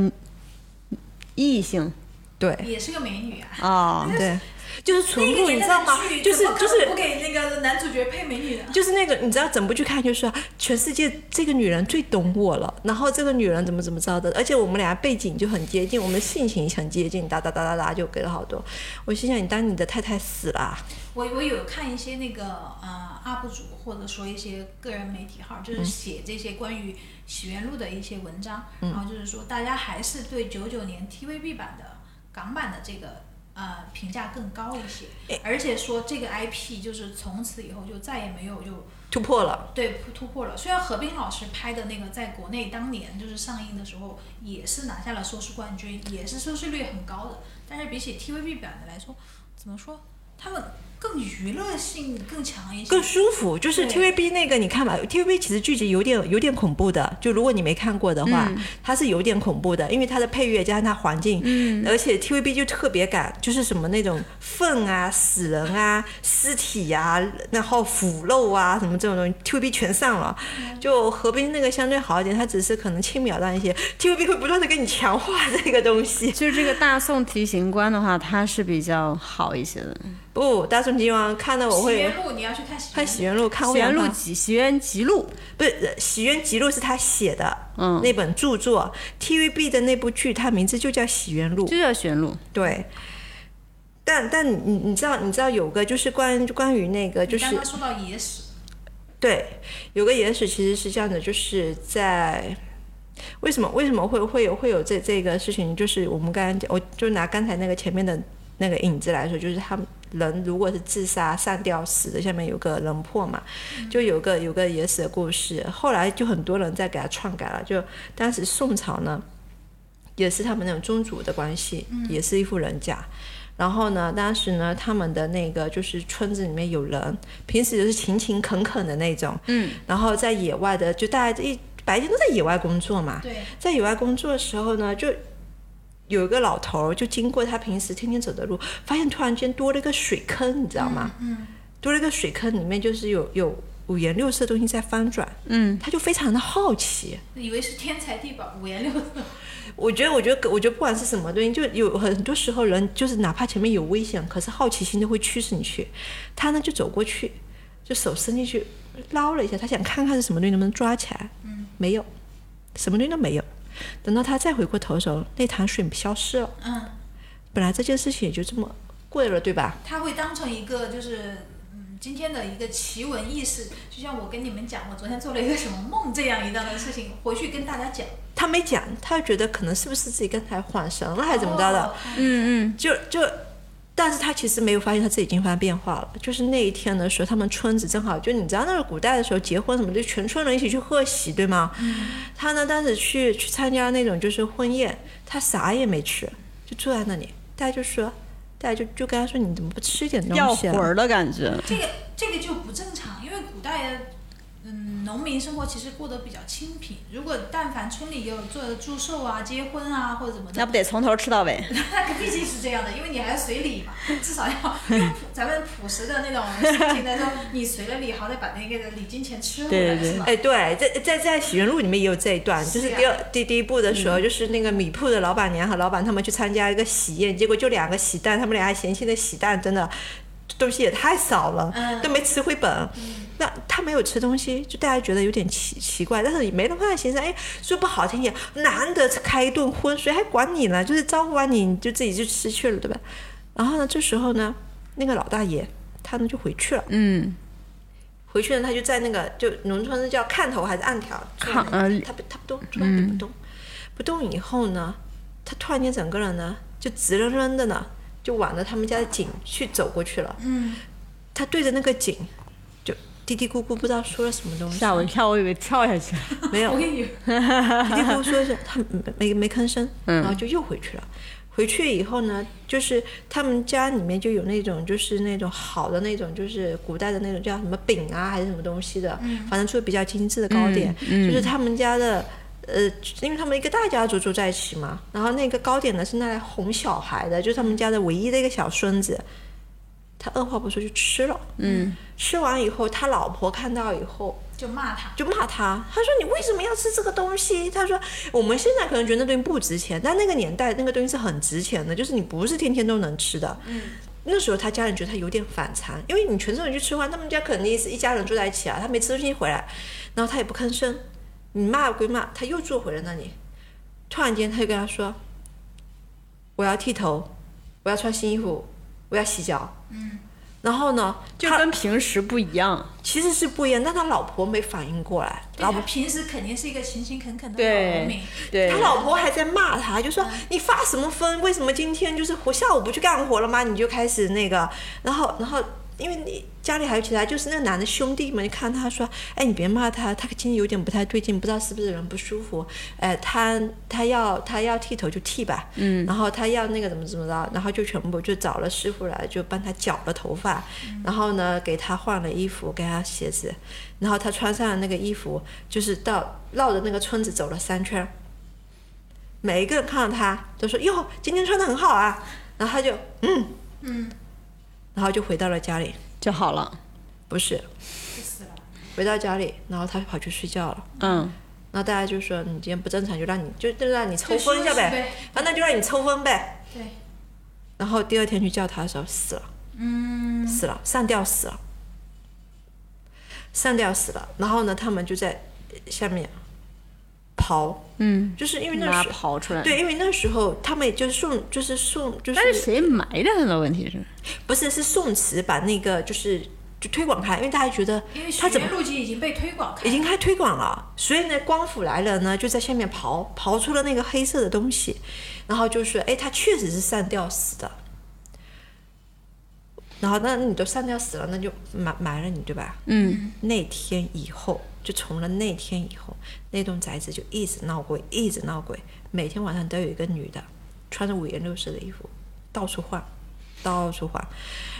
Speaker 5: 异性
Speaker 2: 对，
Speaker 3: 也是个美女
Speaker 2: <laughs>
Speaker 3: 啊。
Speaker 5: 啊，
Speaker 2: 对，就是纯
Speaker 3: 那个
Speaker 2: 朴，你
Speaker 3: 年
Speaker 2: 知
Speaker 3: 代
Speaker 2: 道吗
Speaker 3: 的剧？
Speaker 2: 就是
Speaker 3: 怎么可
Speaker 2: 就
Speaker 3: 能
Speaker 2: 是
Speaker 3: 不给那个男主角配美女的。
Speaker 2: 就是那个，你知道整部剧看就是啊全世界这个女人最懂我了，然后这个女人怎么怎么着的，而且我们俩背景就很接近，我们性情很接近，哒哒哒哒哒就给了好多。我心想，你当你的太太死了啊？
Speaker 3: 我我有看一些那个呃 UP 主或者说一些个人媒体号，
Speaker 2: 嗯
Speaker 3: 就是写这些关于《洗冤录》的一些文章，
Speaker 2: 嗯
Speaker 3: 然后就是说大家还是对九九年 TVB 版的港版的这个呃评价更高一些，而且说这个 IP 就是从此以后就再也没有就
Speaker 2: 突破了，
Speaker 3: 对突破了。虽然何冰老师拍的那个在国内当年就是上映的时候也是拿下了收视冠军，也是收视率很高的，但是比起 TVB 版的来说，怎么说他们更娱乐性更强一些，
Speaker 2: 更舒服。就是
Speaker 3: 对
Speaker 2: TVB 那个，你看吧，TVB 其实剧集有点有点恐怖的，就如果你没看过的话，它是有点恐怖的，因为它的配乐加上它环境，嗯，而且 TVB 就特别敢，就是什么那种粪啊、死人啊、尸体啊，然后腐肉啊什么这种东西，TVB 全上了。就河滨那个相对好一点，它只是可能轻描淡写，TVB 会不断的给你强化这个东西。 <laughs>
Speaker 5: 就是这个大宋提刑官的话，他是比较好一些的。
Speaker 2: 不，大宋金王看到我
Speaker 3: 洗
Speaker 2: 会
Speaker 3: 冤录你要去看洗
Speaker 2: 看《
Speaker 3: 冤
Speaker 2: 喜元路》，看《
Speaker 5: 《玄
Speaker 2: 路
Speaker 5: 录》集》《洗冤集录》
Speaker 2: 不是《洗冤集录》是他写的，
Speaker 5: 嗯
Speaker 2: 那本著作，TVB 的那部剧，它名字就叫《洗冤录》
Speaker 5: 就，叫《玄录》，
Speaker 2: 对。但但你你你知道你知道有个就是关关于那个
Speaker 3: 录，
Speaker 2: 就
Speaker 3: 你
Speaker 2: 是
Speaker 3: 刚刚说到野史，
Speaker 2: 对，有个野史其实是这样的，就是在为什么为什么会会有会有这这个事情，就是我们刚刚讲，我就拿刚才那个前面的那个影子来说，就是他们人如果是自杀、上吊死的，下面有个人破嘛，就有个有个野史的故事，后来就很多人在给他篡改了，就当时宋朝呢。也是他们那种宗族的关系，也是一户人家。然后呢，当时呢，他们的那个就是村子里面有人，平时就是勤勤恳恳的那种，嗯，然后在野外的，就大家一白天都在野外工作嘛，
Speaker 3: 对，
Speaker 2: 在野外工作的时候呢，就有一个老头儿就经过他平时天天走的路，发现突然间多了一个水坑，你知道吗？嗯，多了一个水坑，里面就是有有五颜六色的东西在翻转，嗯，他就非常的好奇，
Speaker 3: 以为是天才地宝五颜六色，
Speaker 2: 我觉得，我觉得，我觉得不管是什么东西，就有很多时候人就是哪怕前面有危险，可是好奇心就会驱使你去。他呢就走过去，就手伸进去捞了一下，他想看看是什么东西能不能抓起来。嗯，没有，什么东西都没有。等到他再回过头的时候，那潭水消失了。
Speaker 3: 嗯，
Speaker 2: 本来这件事情也就这么过了，对吧？
Speaker 3: 他会当成一个就是。嗯，今天的一个奇闻异事，就像我跟你们讲，我昨天做了一个什么梦这样一样的事情，回去跟大家讲。
Speaker 2: 他没讲，他就觉得可能是不是自己刚才晃神了，还是怎么着的。
Speaker 3: 哦？
Speaker 2: 就就，但是他其实没有发现他自己已经发生变化了。就是那一天的时候，他们村子正好就你知道那个古代的时候结婚什么，就全村人一起去贺喜，对吗？
Speaker 5: 嗯
Speaker 2: 他呢当时去去参加那种就是婚宴，他啥也没吃，就坐在那里，大家就说。大家就就跟他说：“你怎么不吃一点东
Speaker 5: 要
Speaker 2: 西、
Speaker 5: 魂
Speaker 2: 啊
Speaker 5: 儿的感觉。
Speaker 3: 这个这个就不正常，因为古代的嗯农民生活其实过得比较清贫。如果但凡村里有做祝寿啊、结婚啊或者怎么
Speaker 5: 那
Speaker 3: 的，
Speaker 5: 不得从头吃到尾？
Speaker 3: 那肯定是这样的，因为你还要随礼嘛，
Speaker 2: <laughs>
Speaker 3: 至少要用朴咱们朴实的那种心情来说，你随了礼，好歹把那个礼金钱吃回来
Speaker 5: 对对对
Speaker 3: 是？”吧？
Speaker 2: 哎，对，在在在《洗冤录》里面也有这一段，就是
Speaker 3: 是啊嗯
Speaker 2: 第二第第一部的时候，就是那个米铺的老板娘和老板他们去参加一个喜宴，结果就两个喜蛋，他们俩还嫌弃那喜蛋真的东西也太少了，
Speaker 3: 嗯
Speaker 2: 都没吃回本。那他没有吃东西，就大家觉得有点奇奇怪，但是也没人放在心上。哎，说不好听点，难得开一顿荤，谁还管你呢？就是招呼完你，你就自己就吃去了，对吧？然后呢，这时候呢，那个老大爷他呢就回去了。嗯。回去呢，他就在那个就农村是叫看头还是暗条？
Speaker 5: 炕
Speaker 2: 呃
Speaker 5: 呃，
Speaker 2: 他不他不
Speaker 4: 嗯
Speaker 2: 动，突然就不动，不动以后呢，他突然间整个人呢就直愣愣的呢，就往着他们家的井去走过去了。
Speaker 3: 嗯，
Speaker 2: 他对着那个井就嘀嘀咕咕，不知道说了什么东西，
Speaker 4: 吓我一跳，我以为跳下去了。
Speaker 2: 没有
Speaker 3: 我跟你
Speaker 2: 嘀嘀咕咕说一声，他没没没吭声，然后就又回去了。回去以后呢，就是他们家里面就有那种，就是那种好的那种，就是古代的那种叫什么饼啊，还是什么东西的，反正做比较精致的糕点，就是他们家的呃，因为他们一个大家族住在一起嘛，然后那个糕点呢是拿来哄小孩的，就是他们家的唯一的一个小孙子，他二话不说就吃了，嗯，吃完以后他老婆看到以后，
Speaker 3: 就骂他。
Speaker 2: 就骂他，他说你为什么要吃这个东西？他说我们现在可能觉得那东西不值钱，但那个年代那个东西是很值钱的，就是你不是天天都能吃的。嗯。那时候他家人觉得他有点反常，因为你全村人去吃饭，他们家肯定是一家人住在一起啊，他没吃东西回来，然后他也不吭声，你骂归骂，他又坐回了那里。突然间他就跟他说：“我要剃头，我要穿新衣服，我要洗脚。”嗯。然后呢，
Speaker 5: 就
Speaker 2: 他
Speaker 5: 跟平时不一样。
Speaker 2: 其实是不一样，但他老婆没反应过来，
Speaker 3: 对
Speaker 2: <laughs> 老
Speaker 3: 他
Speaker 2: 婆
Speaker 3: 平时肯定是一个勤勤恳恳的老农
Speaker 5: 对
Speaker 3: 民，
Speaker 5: 对
Speaker 2: 他，老婆还在骂他，就说你发什么疯？为什么今天就是活下午不去干活了吗？你就开始那个，然后然后因为你家里还有其他，就是那个男的兄弟们看他说，哎，你别骂他，他今天有点不太对劲，不知道是不是人不舒服，哎，他他要他要剃头就剃吧，嗯，然后他要那个怎么怎么着，然后就全部就找了师傅来，就帮他绞了头发，然后呢给他换了衣服，给他鞋子，然后他穿上了那个衣服，就是到绕着那个村子走了三圈。每一个人看到他都说：“哟，今天穿的很好啊。”然后他就嗯嗯，然后就回到了家里。
Speaker 5: 就好了。
Speaker 2: 不是，
Speaker 3: 死了。
Speaker 2: 回到家里，然后他跑去睡觉了。
Speaker 5: 嗯，
Speaker 2: 然后大家就说：“你今天不正常，就让你就就让你抽风一下
Speaker 3: 就休息
Speaker 2: 呗
Speaker 3: 呗，
Speaker 2: 啊，那就让你抽风呗。
Speaker 3: 对，”
Speaker 2: 然后第二天去叫他的时候死了，嗯，死了，上吊死了，上吊死了。然后呢，他们就在下面刨，嗯，就是因为那
Speaker 5: 把它
Speaker 2: 时
Speaker 5: 刨出来。，
Speaker 2: 对，因为那时候他们也就是送，就是送，就是
Speaker 5: 但是谁埋着它的问题是？
Speaker 2: 不是，是宋词把那个就是就推广开，因为大家觉得
Speaker 3: 因为
Speaker 2: 他
Speaker 3: 许
Speaker 2: 怎么
Speaker 3: 愿路径已经被推广开
Speaker 2: 已，经开推广了，所以呢，官府来了呢，就在下面刨刨出了那个黑色的东西，然后就说，哎，他确实是上吊死的。然后那你都上吊死了，那就埋埋了你对吧？嗯。那天以后，就从了那天以后，那栋宅子就一直闹鬼，一直闹鬼，每天晚上都有一个女的，穿着五颜六色的衣服，到处换，到处换。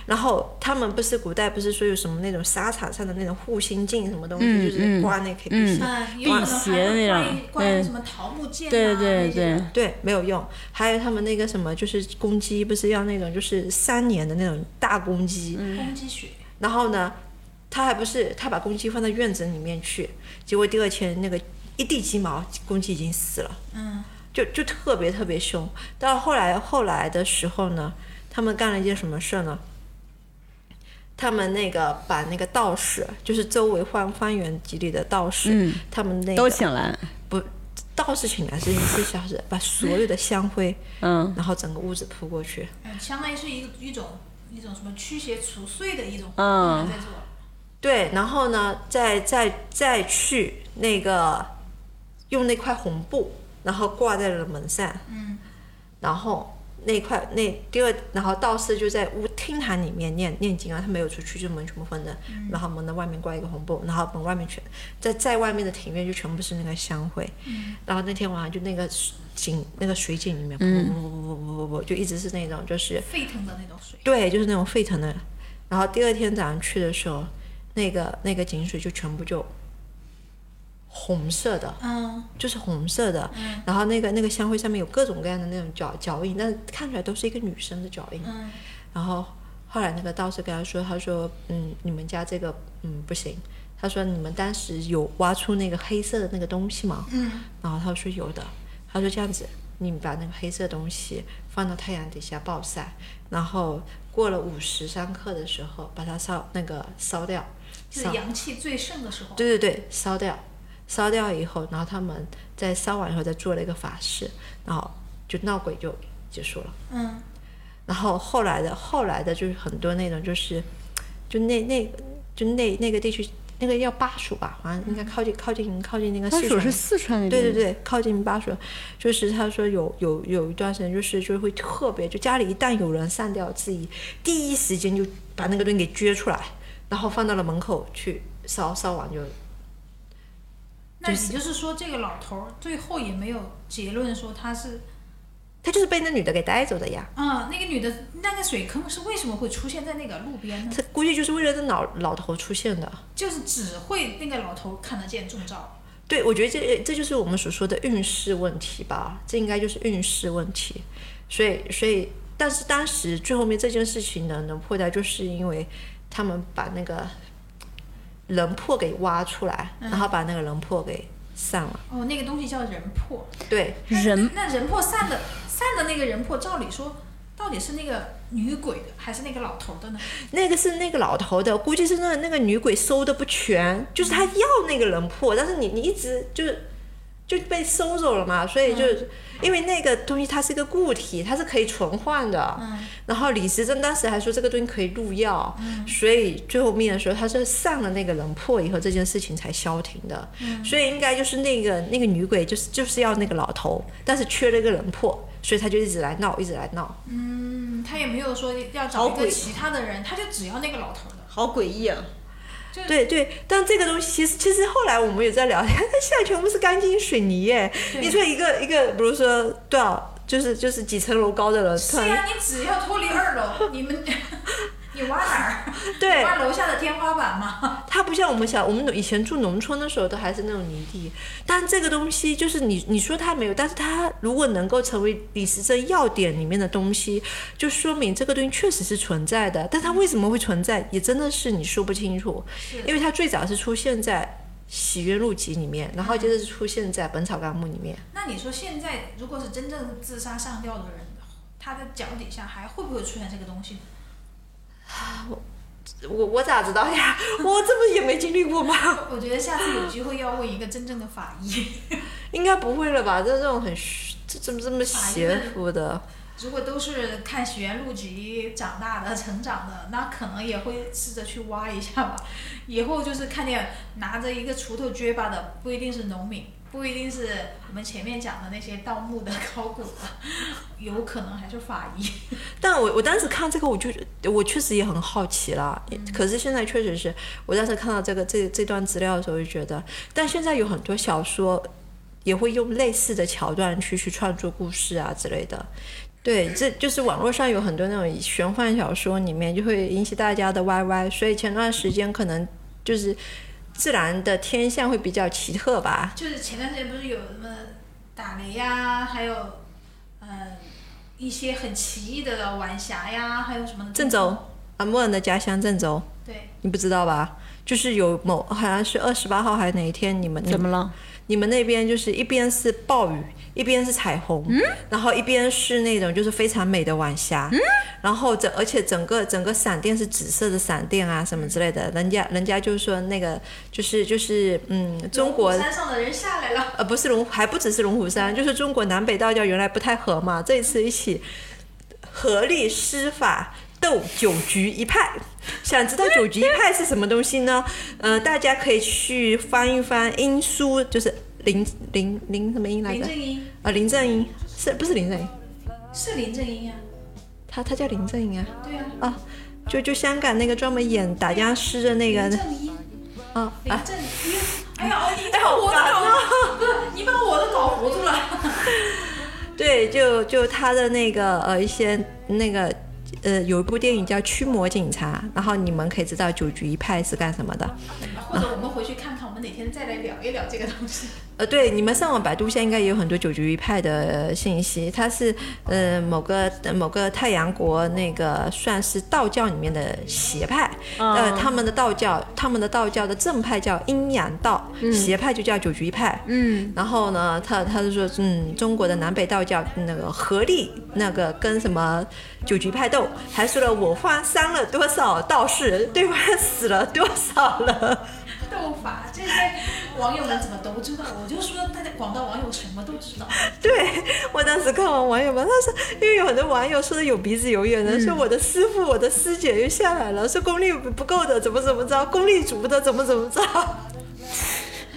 Speaker 2: 然后他们不是古代不是说有什么那种沙场上的那种护心镜什么东西，就是挂那可以
Speaker 5: 嗯
Speaker 3: 嗯，有可能还
Speaker 5: 辟
Speaker 3: 会
Speaker 5: 邪那
Speaker 3: 关
Speaker 5: 种
Speaker 3: 于关于
Speaker 5: 对
Speaker 3: 什么桃木剑啊，
Speaker 5: 对对
Speaker 3: 那些
Speaker 5: 对
Speaker 3: 的，
Speaker 2: 对，没有用。还有他们那个什么，就是公鸡，不是要那种就是三年的那种大公鸡，
Speaker 5: 嗯
Speaker 3: 攻击学，
Speaker 2: 然后呢，他还不是他把公鸡放到院子里面去，结果第二天那个一地鸡毛，公鸡已经死了。
Speaker 3: 嗯，
Speaker 2: 就就特别特别凶。到后来后来的时候呢，他们干了一件什么事呢？他们那个把那个道士，就是周围方方圆几里的道士，
Speaker 5: 嗯
Speaker 2: 他们那个
Speaker 5: 都请来。
Speaker 2: 不道士请来是一次小事，把所有的香灰，
Speaker 5: 嗯
Speaker 2: 然后整个屋子扑过去，
Speaker 3: 嗯相当于是一一种一种什么驱邪除祟的一种
Speaker 5: 嗯
Speaker 3: 在做，
Speaker 2: 对，然后呢，再再再去那个用那块红布，然后挂在了门上，嗯，然后那块那第二，然后道士就在屋厅堂里面念念经啊，他没有出去，就门全部封着，然后门的外面挂一个红布，然后门外面全在在外面的庭院就全部是那个香灰，然后那天晚上就那个水井那个水井里面，不不不不不不不，就一直是那种就是
Speaker 3: 沸腾的那种水，
Speaker 2: 对，就是那种沸腾的。然后第二天早上去的时候，那个那个井水就全部就红色的，
Speaker 3: 嗯，
Speaker 2: 就是红色的。然后那个那个香灰上面有各种各样的那种脚脚印，但是看起来都是一个女生的脚印。
Speaker 3: 嗯
Speaker 2: 然后后来那个道士跟他说，他说，嗯，你们家这个，嗯，不行。他说你们当时有挖出那个黑色的那个东西吗？
Speaker 3: 嗯，
Speaker 2: 然后他说有的，他说这样子，你把那个黑色东西放到太阳底下暴晒，然后过了午时上课的时候把它烧那个烧掉，
Speaker 3: 就是
Speaker 2: 烧
Speaker 3: 阳气最盛的时候，
Speaker 2: 对对对，烧掉，烧掉以后，然后他们在烧完以后再做了一个法事，然后就闹鬼就结束了。
Speaker 3: 嗯，
Speaker 2: 然后后来的后来的就是很多那种就是，就那那就那那个地区那个叫巴蜀吧，好像应该靠近靠近靠近那个
Speaker 5: 它
Speaker 2: 四
Speaker 5: 属
Speaker 2: 川
Speaker 5: 是四川那边。
Speaker 2: 对对对，靠近巴蜀，就是他说有有有一段时间，就是就会特别，就家里一旦有人上吊自缢，第一时间就把那个东西给撅出来，然后放到了门口去烧，烧完就
Speaker 3: 那也就是说这个老头儿最后也没有结论说他是，
Speaker 2: 他就是被那女的给带走的呀。
Speaker 3: 啊，那个女的那个水坑是为什么会出现在那个路边呢？
Speaker 2: 他估计就是为了这老老头出现的，
Speaker 3: 就是只会那个老头看得见中招，
Speaker 2: 对，我觉得这这就是我们所说的运势问题吧，这应该就是运势问题。所以，所以，但是当时最后面这件事情呢，能破掉，就是因为他们把那个人魄给挖出来，然后把那个人魄给散了。
Speaker 3: 哦，那个东西叫人魄。
Speaker 2: 对，
Speaker 1: 人
Speaker 3: 那人魄散的散的那个人魄，照理说到底是那个女鬼的还是那个老头的呢？
Speaker 2: 那个是那个老头的，估计是那个那个女鬼收的不全，就是他要那个人魄，但是你你一直就是就被收走了嘛，所以就是、嗯因为那个东西它是一个固体，它是可以存换的。然后李时珍当时还说这个东西可以入药，所以最后面的时候他是上了那个人魄以后，这件事情才消停的。所以应该就是那个那个女鬼就是就是要那个老头，但是缺了一个人魄，所以他就一直来闹，一直来闹。
Speaker 3: 嗯，他也没有说要找
Speaker 5: 好
Speaker 3: 一个
Speaker 5: 鬼
Speaker 3: 其他的人，他就只要那个老头的。
Speaker 5: 好诡异啊！
Speaker 2: <laughs> 对对，但这个东西其实其实后来我们也在聊，它现在全部是钢筋水泥耶。你说一个一个，比如说多少，就是就是几层楼高的人，突
Speaker 3: 是啊
Speaker 2: 然
Speaker 3: 呀，你只要脱离二楼，你
Speaker 5: <laughs>
Speaker 3: 们你挖哪儿？
Speaker 2: 对
Speaker 3: 你挖楼下的天花板吗？ <laughs>
Speaker 2: 它不像我们小，我们以前住农村的时候都还是那种泥地，但这个东西就是你你说它没有，但是它如果能够成为李时珍要点里面的东西，就说明这个东西确实是存在的。但它为什么会存在，也真的是你说不清楚，因为它最早是出现在《洗冤录集》里面，然后接着是出现在《本草纲目》里面。
Speaker 3: 那你说现在如果是真正自杀上吊的人，他的脚底下还会不会出现这个东西呢？
Speaker 2: 我我咋知道呀？ <laughs> 我这不也没经历过吗？ <laughs>
Speaker 3: 我觉得下次有机会要问一个真正的法医，
Speaker 2: 应该不会了吧？这这种很虚这这么这么邪乎的，
Speaker 3: 如果都是看《许愿录集》长大的、成长的，那可能也会试着去挖一下吧。以后就是看见拿着一个锄头撅巴的，不一定是农民，不一定是我们前面讲的那些盗墓的、考古的，有可能还是法医。
Speaker 2: 但我我当时看这个，我就我确实也很好奇啦。可是现在确实是我当时看到这个这这段资料的时候，就觉得，但现在有很多小说也会用类似的桥段去去创作故事啊之类的。对，这就是网络上有很多那种玄幻小说，里面就会引起大家的 YY。所以前段时间可能就是自然的天象会比较奇特吧，
Speaker 3: 就是前段时间不是有什么打雷呀，还有嗯、呃一些很奇异的晚霞呀，还有什么的
Speaker 2: 郑州，啊，默人的家乡郑州，
Speaker 3: 对，
Speaker 2: 你不知道吧？就是有某好像是二十八号还是哪一天，你们
Speaker 1: 怎么了？
Speaker 2: 你们那边就是一边是暴雨，一边是彩虹，嗯、然后一边是那种就是非常美的晚霞，嗯、然后整而且整个整个闪电是紫色的闪电啊什么之类的，人家人家就说那个就是就是嗯中国
Speaker 3: 龙虎山上的人下来了，
Speaker 2: 呃，不是龙，还不只是龙虎山，就是中国南北道教原来不太合嘛，这一次一起合力施法斗九局一派。想知道九局一派是什么东西呢？呃，大家可以去翻一翻英书，就是林林林什么英来
Speaker 3: 林
Speaker 2: 着
Speaker 3: 正？英
Speaker 2: 啊，林正英是不是林正英？
Speaker 3: 是林正英呀、啊
Speaker 2: 他他叫林正英啊
Speaker 3: 对呀、
Speaker 2: 啊，就就香港那个专门演打僵尸的那个
Speaker 3: 林正英，
Speaker 2: 啊啊
Speaker 3: 林正英，哎啊呀，你
Speaker 2: 哎好
Speaker 3: 把我的
Speaker 2: 烦
Speaker 3: 搞，不是 <laughs> 你把我的搞糊涂了。
Speaker 2: 对，就就他的那个呃一些那个呃有一部电影叫《驱魔警察》，然后你们可以知道九局一派是干什么的。
Speaker 3: 或者我们回去看看，我们哪天再来聊一聊这个东 <laughs> 西。
Speaker 2: 呃，对，你们上网百度现在应该也有很多九局一派的呃信息。它是呃某个某个太阳国那个算是道教里面的邪派，呃，他们的道教他们的道教的正派叫阴阳道，邪派就叫九局一派。嗯，然后呢，他他就说，嗯，中国的南北道教那个合力那个跟什么九局派斗，还说了我方伤了多少道士，对方死了多少人。
Speaker 3: 斗法这些网友们怎么都知道？我就说大家广大网友什么都知 <laughs> 道。
Speaker 2: <laughs> 对我当时看完网友们，他说，因为有很多网友说的有鼻子有眼的，说我的师傅、我的师姐又下来了，说功力不够的怎么怎么着，功力足的怎么怎么着，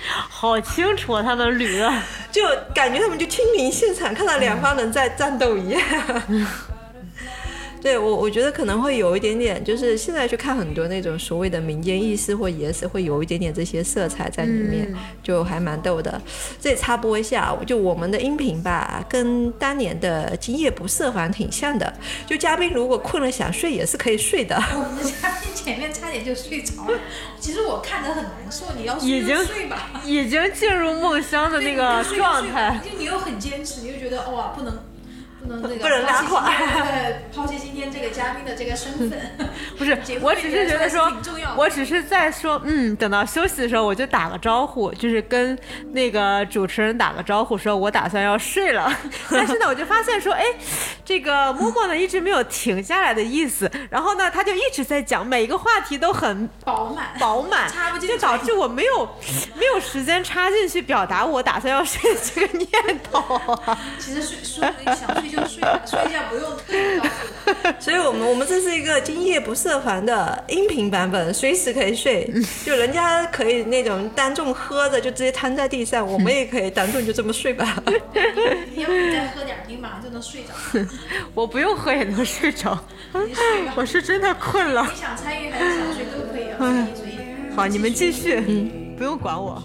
Speaker 4: 好清楚啊他们捋的。
Speaker 2: 就感觉他们就亲临现场，看到两方人在战斗一样。对我，我觉得可能会有一点点，就是现在去看很多那种所谓的民间意识或野史，会有一点点这些色彩在里面，就还蛮逗的。这里插播一下，就我们的音频吧，跟当年的《今夜不设防》挺像的。就嘉宾如果困了想睡，也是可以睡的。
Speaker 3: 我们的嘉宾前面差点就睡着了，其实我看着很难受，你要睡
Speaker 4: 已经
Speaker 3: 就睡吧。
Speaker 4: 已经进入梦乡的那个状态。
Speaker 3: 就你又很坚持，你又觉得哦啊哇，不能不能那个
Speaker 2: 不能拉垮
Speaker 3: 抛弃今天对抛弃今天这个嘉宾的这个身份，
Speaker 4: <laughs> 不是
Speaker 3: 节，目
Speaker 4: 我只是觉
Speaker 3: <laughs>
Speaker 4: 得说
Speaker 3: 对你来说还是挺重要，的
Speaker 4: 我只是在说，嗯，等到休息的时候我就打个招呼，就是跟那个主持人打个招呼，说我打算要睡了。但是呢，我就发现说，哎，这个默默呢一直没有停下来的意思，然后呢，他就一直在讲，每一个话题都很
Speaker 3: 饱满
Speaker 4: 饱满
Speaker 3: 插不，进
Speaker 4: 就
Speaker 3: 嘴
Speaker 4: 导致我没有没有时间插进去表达我打算要睡的这个念头。
Speaker 3: 其实睡说你想睡就睡吧，睡一觉不用特意告诉我。
Speaker 2: <laughs> 所以我们我们这是一个今夜不设防的音频版本，随时可以睡，就人家可以那种当众喝着就直接瘫在地上，我们也可以当众就这么睡吧。
Speaker 3: 你要不你再喝点儿，你马上就能睡着。
Speaker 4: <laughs> 我不用喝也能睡着，
Speaker 3: 你睡吧，
Speaker 4: 哎我是真的困了。
Speaker 3: 你想参与还是想睡都可以啊，随意随意。
Speaker 4: 好，你们继续，嗯，不用管我。